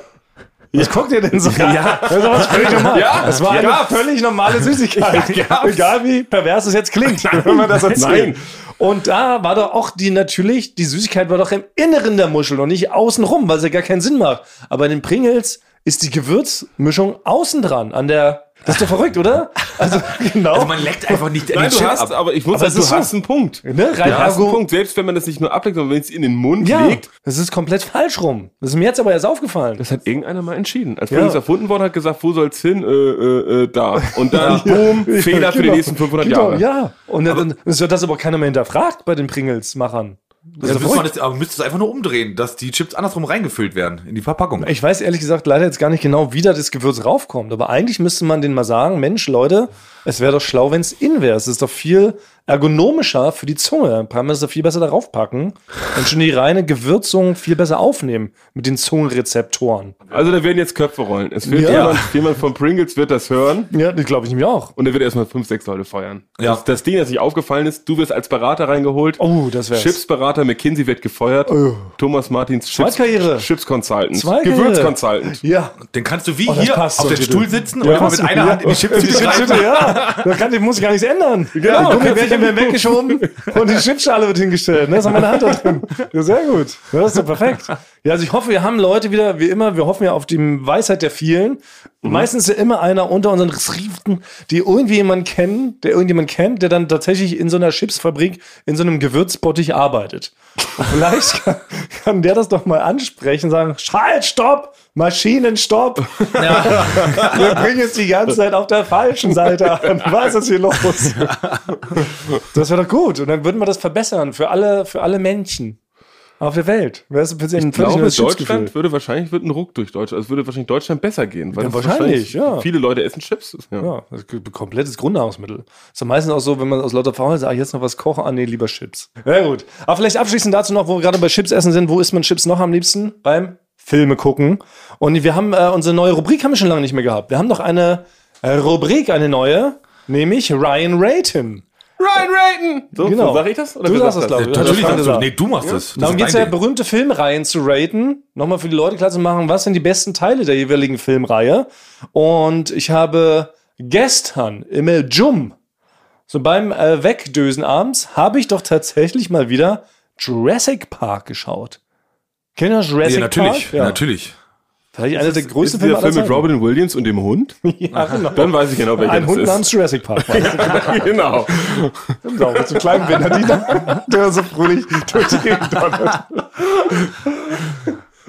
S1: Was guckt ihr denn so? Ja, das ist doch was völlig normal.
S3: Ja,
S1: das war eine
S3: gab's.
S1: völlig normale Süßigkeit. Egal wie pervers es jetzt klingt, wenn man das erzählt. Und da war doch auch die natürlich, die Süßigkeit war doch im Inneren der Muschel und nicht außen rum, weil es ja gar keinen Sinn macht. Aber in den Pringles ist die Gewürzmischung außen dran, an der. Das ist doch verrückt, oder? Also genau.
S2: Also man leckt einfach nicht an
S3: Nein,
S2: den
S3: du
S2: Chip
S3: hast,
S2: ab.
S3: aber ich muss
S1: Aber
S3: sagen,
S1: es
S3: du
S1: ist so.
S3: hast einen Punkt.
S1: ne? Rein
S3: Du hast einen
S1: ergo-
S3: Punkt, selbst wenn man das nicht nur ableckt, sondern wenn es in den Mund
S1: Ja,
S3: legt.
S1: das ist komplett falsch rum. Das ist mir jetzt aber erst aufgefallen.
S3: Das hat irgendeiner mal entschieden. Als
S1: Ja.
S3: Pringles erfunden worden hat gesagt, wo soll's hin? Äh, äh, äh, da. Und dann, boom, Fehler für die
S1: Genau.
S3: nächsten 500
S1: Genau,
S3: Jahre.
S1: Ja, und dann ist das aber keiner mehr hinterfragt bei den Pringles-Machern.
S2: Also müsste man das, aber müsste es einfach nur umdrehen, dass die Chips andersrum reingefüllt werden in die Verpackung.
S1: Ich weiß ehrlich gesagt leider jetzt gar nicht genau, wie da das Gewürz raufkommt. Aber eigentlich müsste man denen mal sagen, Mensch, Leute, es wäre doch schlau, wenn es in wäre. Es ist doch viel ergonomischer für die Zunge. Dann kann man es doch viel besser darauf packen und schon die reine Gewürzung viel besser aufnehmen mit den Zungenrezeptoren.
S3: Also da werden jetzt Köpfe rollen. Es wird
S1: Ja.
S3: jemand, jemand von Pringles wird das hören.
S1: Ja, das glaube ich mir auch.
S3: Und er wird erstmal fünf, sechs Leute feuern.
S2: Ja.
S3: Das, das Ding, das nicht aufgefallen ist, du wirst als Berater reingeholt.
S1: Oh, das wär's.
S3: Chipsberater McKinsey wird gefeuert. Thomas Martins Chips,
S1: Zweitkarriere.
S3: Chips Consultant.
S1: Zwei
S3: Gewürz
S1: Karriere.
S3: Consultant.
S1: Ja.
S2: Dann kannst du wie
S1: Oh, das
S2: hier auf
S1: passt so,
S2: dem
S1: Titel.
S2: Stuhl sitzen
S1: Ja,
S2: und immer
S1: passt
S2: mit
S1: so,
S2: einer
S1: ja.
S2: Hand in die Chips
S1: Die Chipstüte,
S2: rein.
S1: ja. Da kann, die muss gar nichts ändern. Genau. Die Gummibärchen werden weggeschoben und die Chipschale wird hingestellt. Ne? Das haben wir in der Hand da drin. Ja, sehr gut. Ja, das ist doch perfekt. Ja, also ich hoffe, wir haben Leute wieder, wie immer, wir hoffen ja auf die Weisheit der vielen.
S2: Mhm.
S1: Meistens ist ja immer einer unter unseren Schriften, die irgendwie jemanden kennen, der irgendjemand kennt, der dann tatsächlich in so einer Chipsfabrik, in so einem Gewürzbottich arbeitet. Und vielleicht kann, kann der das doch mal ansprechen, sagen, Schalt, Stopp, Maschinen, Stopp. Wir bringen es die ganze Zeit auf der falschen Seite an. Was ist hier los? Das wäre doch gut. Und dann würden wir das verbessern für alle, für alle Menschen auf der Welt. Wäre es ein bisschen ein
S3: Ich glaube,
S1: neues
S3: Deutschland
S1: Schutzgefühl.
S3: würde wahrscheinlich wird ein Ruck durch Deutschland. Es würde wahrscheinlich Deutschland besser gehen. Weil
S1: Ja,
S3: es
S1: wahrscheinlich, ja.
S3: Viele Leute essen Chips. Ja.
S1: Ja, das ist ein komplettes Grundnahrungsmittel. Ist ja meistens auch so, wenn man aus lauter Faulheit sagt, ah, jetzt noch was kochen, ah nee, lieber Chips. Ja gut. Aber vielleicht abschließend dazu noch, wo wir gerade bei Chips essen sind, wo isst man Chips noch am liebsten? Beim Filme gucken. Und wir haben, äh, unsere neue Rubrik haben wir schon lange nicht mehr gehabt. Wir haben noch eine äh, Rubrik, eine neue, nämlich Ryan Raton.
S3: Ryan Rayton! So,
S1: Genau.
S3: so sag ich das?
S1: Du
S3: wer
S1: sagst
S3: sagt
S1: das, glaube ich. Also,
S2: Natürlich
S1: Das
S2: kannst du.
S1: war-
S2: Nee, du machst das. das
S1: Darum
S2: ist
S1: geht es
S2: dein
S1: ja,
S2: Ding.
S1: berühmte Filmreihen zu raten. Nochmal für die Leute klar zu machen, was sind die besten Teile der jeweiligen Filmreihe. Und ich habe gestern im El Jum, so beim äh, Wegdösen abends, habe ich doch tatsächlich mal wieder Jurassic Park geschaut. Kennt ihr Jurassic
S2: Ja, natürlich,
S1: Park? Ja.
S2: natürlich.
S1: Vielleicht einer der
S3: Ist
S1: größten
S3: dieser
S1: Filme aller
S3: Film mit
S1: Zeiten.
S3: Robin Williams und dem Hund?
S1: Ja, genau.
S3: Dann weiß ich genau, welcher
S1: Ein
S3: das
S1: Hund
S3: ist.
S1: namens Jurassic Park. War.
S3: genau.
S1: Genau, mit so einem kleinen Bernardiner, der so fröhlich durch die Gegend donnert.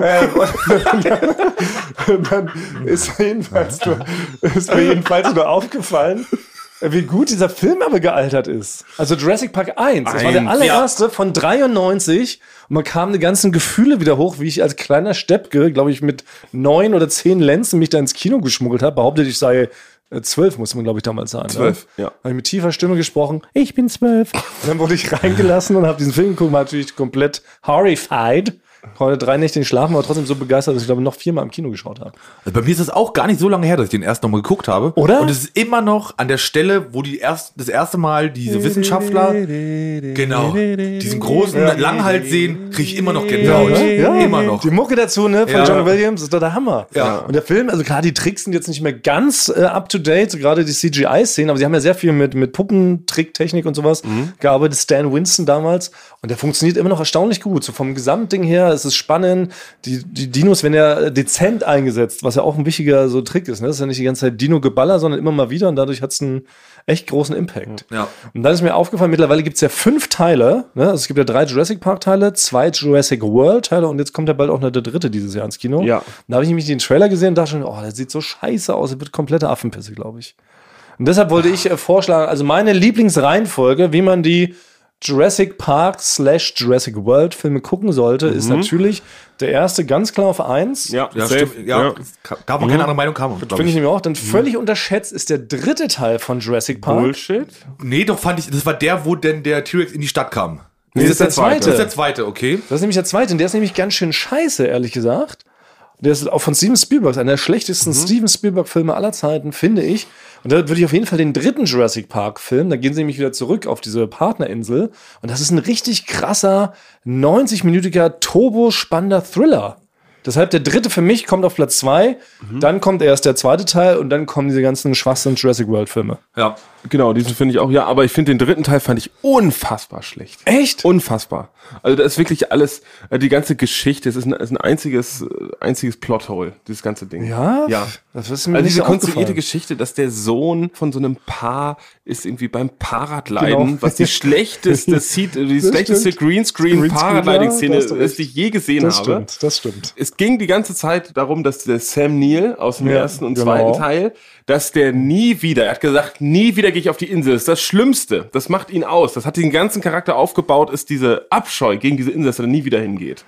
S1: Ähm, Und dann ist mir jedenfalls nur, ist mir jedenfalls nur aufgefallen, wie gut dieser Film aber gealtert ist. Also Jurassic Park 1, das war der
S2: Eins,
S1: allererste von 93 und man kam die ganzen Gefühle wieder hoch, wie ich als kleiner Steppke, glaube ich, mit neun oder zehn Lenzen mich da ins Kino geschmuggelt habe, behauptet, ich sei äh, zwölf, muss man, glaube ich, damals sagen.
S3: Zwölf,
S1: ne?
S3: ja.
S1: Habe ich mit tiefer Stimme gesprochen, ich bin zwölf. Und dann wurde ich reingelassen und habe diesen Film geguckt, war natürlich komplett horrified. Konnte drei Nächte nicht schlafen, war trotzdem so begeistert, dass ich glaube noch viermal im Kino geschaut habe.
S2: Also bei mir ist es auch gar nicht so lange her, dass ich den erst nochmal geguckt habe.
S1: Oder?
S2: Und es ist immer noch an der Stelle, wo die erst, das erste Mal diese Wissenschaftler genau diesen großen Langhals sehen, kriege ich immer noch Gänsehaut. Genau, ne? Immer noch.
S1: Genau, ne? Die Mucke dazu, ne, von
S2: Ja.
S1: John Williams, ist doch der Hammer.
S2: Ja.
S1: Und der Film, also klar, die Tricks sind jetzt nicht mehr ganz äh, up to date, so gerade die CGI-Szenen, aber sie haben ja sehr viel mit, mit Puppentricktechnik und sowas
S2: Mhm.
S1: gearbeitet. Stan Winston damals. Und der funktioniert immer noch erstaunlich gut. So vom Gesamtding her, es ist spannend. Die, die Dinos werden ja äh, dezent eingesetzt, was ja auch ein wichtiger so Trick ist, ne? Das ist ja nicht die ganze Zeit Dino-Geballer, sondern immer mal wieder und dadurch hat es einen echt großen Impact.
S2: Ja.
S1: Und dann ist mir aufgefallen, mittlerweile gibt es ja fünf Teile. Ne? Also es gibt ja drei Jurassic Park-Teile, zwei Jurassic World-Teile und jetzt kommt ja bald auch noch der dritte dieses Jahr ins Kino.
S3: Ja.
S1: Und Da habe ich nämlich den Trailer gesehen und dachte schon, oh, der sieht so scheiße aus, der wird komplette Affenpisse, glaube ich. Und deshalb wollte ich äh, vorschlagen, also meine Lieblingsreihenfolge, wie man die Jurassic Park slash Jurassic World Filme gucken sollte, ist natürlich der erste ganz klar auf eins.
S2: Ja, stimmt. Ja, es Gab gab auch
S1: Mhm.
S2: keine andere Meinung, kam auch, glaub
S1: Finde ich
S2: ich.
S1: nämlich auch. Dann völlig unterschätzt ist der dritte Teil von Jurassic Park.
S3: Bullshit.
S2: Nee, doch fand ich, das war der, wo denn der T-Rex in die Stadt kam.
S1: Nee, das ist der zweite.
S2: Das ist der zweite, okay.
S1: Das ist nämlich der zweite. Und der ist nämlich ganz schön scheiße, ehrlich gesagt. Der ist auch von Steven Spielberg, einer der schlechtesten Steven Spielberg-Filme aller Zeiten, finde ich. Und da würde ich auf jeden Fall den dritten Jurassic Park-Film, da gehen sie nämlich wieder zurück auf diese Partnerinsel. Und das ist ein richtig krasser, 90-minütiger, turbo-spannender Thriller. Deshalb der dritte für mich kommt auf Platz zwei, dann kommt erst der zweite Teil und dann kommen diese ganzen Schwachsinn Jurassic World-Filme.
S2: Ja.
S3: Genau, diesen finde ich auch, ja, aber ich finde den dritten Teil fand ich unfassbar schlecht.
S1: Echt?
S3: Unfassbar. Also da ist wirklich alles, äh, die ganze Geschichte, es ist ein, ist ein einziges, äh, einziges Plothole, dieses ganze Ding.
S1: Ja?
S3: Ja.
S1: Das ist mir
S3: Also
S1: nicht
S3: diese
S1: so
S3: konstruierte
S1: aufgefallen.
S3: Geschichte, dass der Sohn von so einem Paar ist irgendwie beim Paradleiden,
S1: Genau.
S3: was die schlechteste, Seed, die
S1: Das
S3: schlechteste
S1: stimmt. Greenscreen,
S3: Greenscreen-Paragliding-Szene
S1: ja, da hast du
S3: ist, die
S1: recht.
S3: ich je gesehen
S1: Das
S3: habe
S1: stimmt, das stimmt.
S3: es ging die ganze Zeit darum, dass der Sam Neill aus dem
S1: Ja,
S3: ersten und
S1: genau.
S3: zweiten Teil, dass der nie wieder, er hat gesagt, nie wieder gehe ich auf die Insel. Das ist das Schlimmste. Das macht ihn aus. Das hat den ganzen Charakter aufgebaut, ist diese Abscheu gegen diese Insel, dass er da nie wieder hingeht.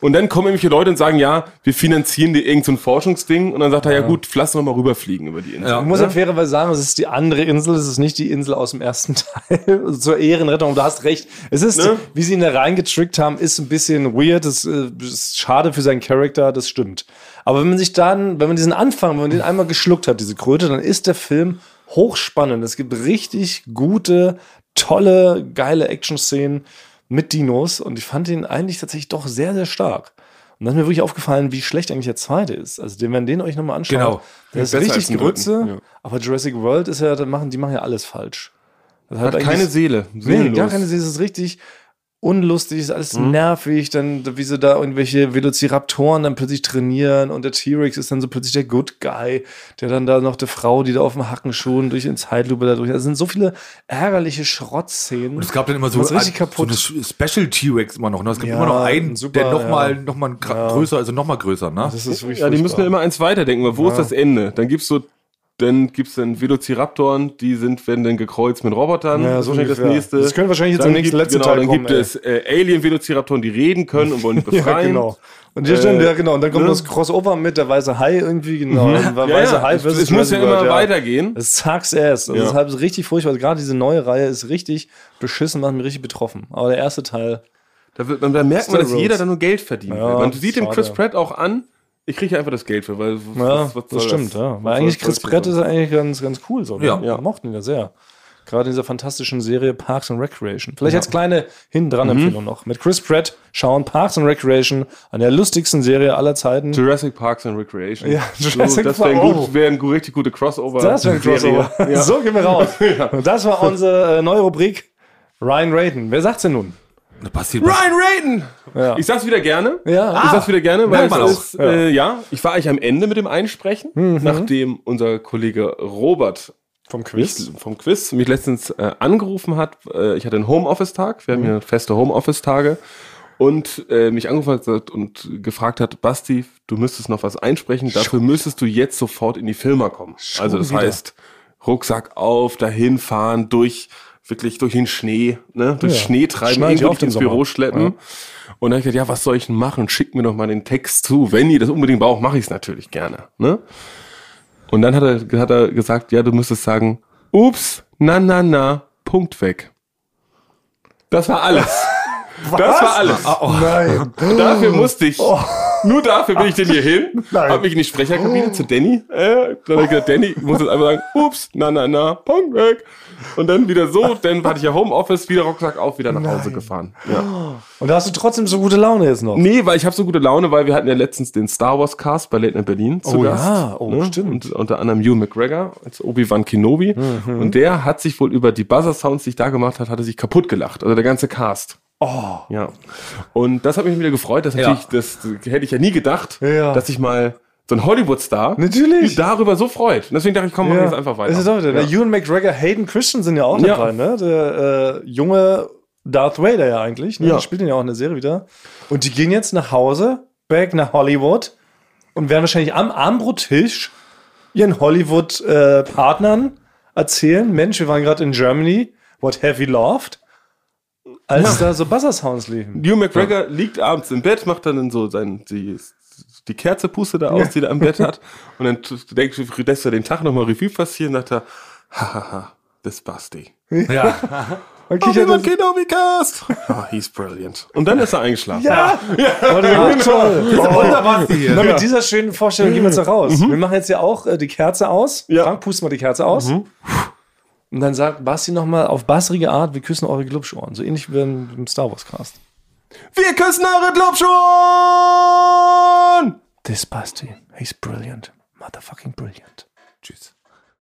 S3: Und dann kommen irgendwelche Leute und sagen, ja, wir finanzieren dir irgendein so ein Forschungsding. Und dann sagt er, ja gut, lass noch mal rüberfliegen über die Insel.
S2: Ja. ne?
S1: Ich muss ja fairerweise sagen, es ist die andere Insel, es ist nicht die Insel aus dem ersten Teil. Also zur Ehrenrettung, du hast recht. Es ist,
S2: Ne?
S1: wie sie ihn da reingetrickt haben, ist ein bisschen weird, es äh, ist schade für seinen Charakter, das stimmt. Aber wenn man sich dann, wenn man diesen Anfang, wenn man den einmal geschluckt hat, diese Kröte, dann ist der Film hochspannend. Es gibt richtig gute, tolle, geile Action-Szenen mit Dinos und ich fand ihn eigentlich tatsächlich doch sehr, sehr stark. Und dann ist mir wirklich aufgefallen, wie schlecht eigentlich der zweite ist. Also, den- wenn den euch nochmal anschaut,
S2: Genau.
S1: der ist
S3: Besser als
S1: richtig
S3: den
S1: Grütze,
S3: dritten, ja.
S1: aber Jurassic World ist ja, da machen, die machen ja alles falsch. Das
S3: Hat keine
S1: eigentlich-
S3: Seele. Mhm.
S1: Nee,
S3: Seelenlos.
S1: gar keine Seele, es ist richtig unlustig, ist alles nervig, dann wie sie da irgendwelche Velociraptoren dann plötzlich trainieren und der T-Rex ist dann so plötzlich der Good Guy, der dann da noch der Frau, die da auf dem Hackenschuhen durch den Zeitlupe da durch. also Es sind so viele ärgerliche Schrottszenen.
S2: Und es gab dann immer so,
S1: Das ist richtig
S2: ein-
S1: kaputt.
S2: so eine Special T-Rex immer noch. Ne? Es gab
S1: Ja,
S2: immer noch einen,
S1: ein super,
S2: der nochmal
S1: ja.
S2: noch mal ein gra- größer, also nochmal größer, ne?
S1: das ist wirklich
S3: Ja, die
S1: furchtbar.
S3: müssen ja immer eins weiterdenken, weil wo ist das Ende? Dann gibt's so, dann gibt's dann Velociraptoren, die sind, werden dann gekreuzt mit Robotern.
S1: Ja,
S3: Das
S1: so
S3: ist wahrscheinlich das
S1: ungefähr.
S3: nächste.
S1: Das könnte wahrscheinlich jetzt
S3: Dann
S1: im nächsten
S3: gibt-
S1: letzten
S3: genau,
S1: Teil
S3: Dann
S1: kommen,
S3: gibt
S1: ey.
S3: es äh, Alien-Velociraptoren, die reden können und wollen die
S1: Ja,
S3: befreien.
S1: genau. Und hier stimmt, ja, genau. Und dann kommt
S3: ne? Mhm.
S1: das Crossover mit der weiße Hai irgendwie, genau. Und
S3: Ja,
S1: Weiße
S3: ja.
S1: Hai
S3: Es,
S1: versus
S3: es muss ja
S1: Jurassic
S3: immer
S1: World,
S3: weitergehen.
S1: Es sucks ass. Also
S3: Ja.
S1: Deshalb ist es richtig furchtbar. Also Gerade diese neue Reihe ist richtig beschissen, macht mich richtig betroffen. Aber der erste Teil,
S3: Da, wird, man- da merkt man,
S1: Still
S3: dass jeder
S1: Rose.
S3: da nur Geld verdient.
S1: Ja,
S3: will. man sieht dem
S1: schade.
S3: Chris Pratt auch an, ich kriege einfach das Geld für, weil was-
S1: ja,
S3: was soll
S1: das stimmt, ja.
S3: Was
S1: Weil
S3: soll
S1: eigentlich
S3: das
S1: Chris
S3: Zeug
S1: Brett
S3: sein?
S1: ist eigentlich ganz, ganz cool. So, ne?
S2: Ja.
S1: Wir mochten ihn ja sehr. Gerade in dieser fantastischen Serie Parks and Recreation. Vielleicht als kleine
S3: Mhm.
S1: Hintendran-Empfehlung noch. Mit Chris Pratt schauen Parks and Recreation, an der lustigsten Serie aller Zeiten.
S3: Jurassic Parks and Recreation.
S1: Ja,
S3: so,
S1: Jurassic
S3: das wären
S1: Park- oh.
S3: gut, wären gu- richtig gute Crossover.
S1: Das wäre ein Crossover.
S3: Serie. Ja.
S1: So, gehen wir raus. Und das war unsere äh, neue Rubrik Ryan Raiden. Wer sagt's denn nun?
S2: Da passiert
S3: Ryan Raiden! Ich sag's wieder gerne.
S1: Ja.
S3: Ich sag's wieder gerne, weil
S2: Ah, merkt man
S3: es
S2: auch. Mhm.
S3: ist, äh, ja, ich war eigentlich am Ende mit dem Einsprechen, nachdem unser Kollege Robert
S1: Vom Quiz?
S3: vom Quiz mich letztens äh, angerufen hat. Äh, ich hatte einen Homeoffice-Tag, wir haben
S1: Mhm.
S3: hier feste Homeoffice-Tage und äh, mich angerufen hat gesagt- und gefragt hat, Basti, du müsstest noch was einsprechen, dafür müsstest du jetzt sofort in die Firma kommen. also das
S1: wieder.
S3: heißt, Rucksack auf, dahin fahren, durch wirklich durch den Schnee, ne? durch
S1: Ja.
S3: Schnee treiben,
S1: Schneit ja
S3: irgendwie
S1: auch
S3: dich ins
S1: den Sommer.
S3: Büro schleppen. Und dann hab ich gedacht, ja, was soll ich denn machen? Schick mir doch mal den Text zu. Wenn ihr das unbedingt braucht, mache ich es natürlich gerne. Ne? Und dann hat er, hat er gesagt, ja, du müsstest sagen, ups, na, na, na, Punkt weg. Das war alles. Das war alles.
S1: Ah. Oh. Nein.
S3: Dafür musste ich. Nur dafür bin ich denn hier hin.
S1: Nein.
S3: Hab mich in die Sprecherkabine zu Danny. Äh, dann hab ich gesagt, Danny, ich muss jetzt einfach sagen, ups, na, na, na, Punkt weg. Und dann wieder so, dann hatte ich ja Homeoffice, wieder Rucksack auf, wieder nach Hause gefahren. Ja.
S1: Und da hast du trotzdem so gute Laune jetzt noch.
S3: Nee, weil ich habe so gute Laune, weil wir hatten ja letztens den Star Wars Cast bei Late Night Berlin zu
S1: Oh
S3: Gast. ne?
S1: ja, oh, stimmt. Mhm.
S3: Und unter anderem Hugh McGregor als Obi-Wan Kenobi. Und der hat sich wohl über die Buzzer-Sounds, die ich da gemacht hat, hat er sich kaputt gelacht. Also der ganze Cast.
S1: Oh.
S3: Ja. Und das hat mich wieder gefreut. Das,
S2: Ja.
S3: natürlich, das, hätte ich ja nie gedacht,
S1: Ja.
S3: dass ich mal so ein Hollywood-Star
S1: Natürlich.
S3: mich darüber so freut. Und deswegen dachte ich, komm, mach
S1: Ja.
S3: jetzt einfach weiter.
S1: Es ist auch wieder,
S3: ja.
S1: ne? Ewan McGregor, Hayden Christian sind ja auch
S3: Ja.
S1: dabei, ne? Der äh, junge Darth Vader ja eigentlich. Ne?
S3: Ja.
S1: Der spielt ihn ja auch in der Serie wieder. Und die gehen jetzt nach Hause, back nach Hollywood und werden wahrscheinlich am Armbrottisch ihren Hollywood-Partnern äh, erzählen, Mensch, wir waren gerade in Germany, what have we loved? Als da so Buzzer-Sounds liefen.
S3: Hugh McGregor liegt abends im Bett, macht dann so sein, die, die Kerze pustet da aus, die er am Bett hat. Und dann t- denkt, lässt er den Tag nochmal Revue passieren, sagt er, hahaha, this Basti.
S2: Ja.
S1: Man
S3: Oh,
S1: kichert
S3: niemand
S1: das-
S3: geht auf die Cast. Ah, he's brilliant. Und dann ist er eingeschlafen.
S1: Ja, Oh, das war toll.
S2: Basti
S1: Na,
S2: hier.
S1: mit dieser schönen Vorstellung gehen wir jetzt raus. Wir machen jetzt ja auch äh, die Kerze aus.
S3: Ja.
S1: Frank, pust mal die Kerze aus. Und dann sagt Basti nochmal auf basrige Art, wir küssen eure Glubschohren. So ähnlich wie beim beim Star Wars Cast.
S3: Wir küssen eure Globschuhen!
S1: This Basti, he's brilliant. Motherfucking brilliant.
S2: Tschüss.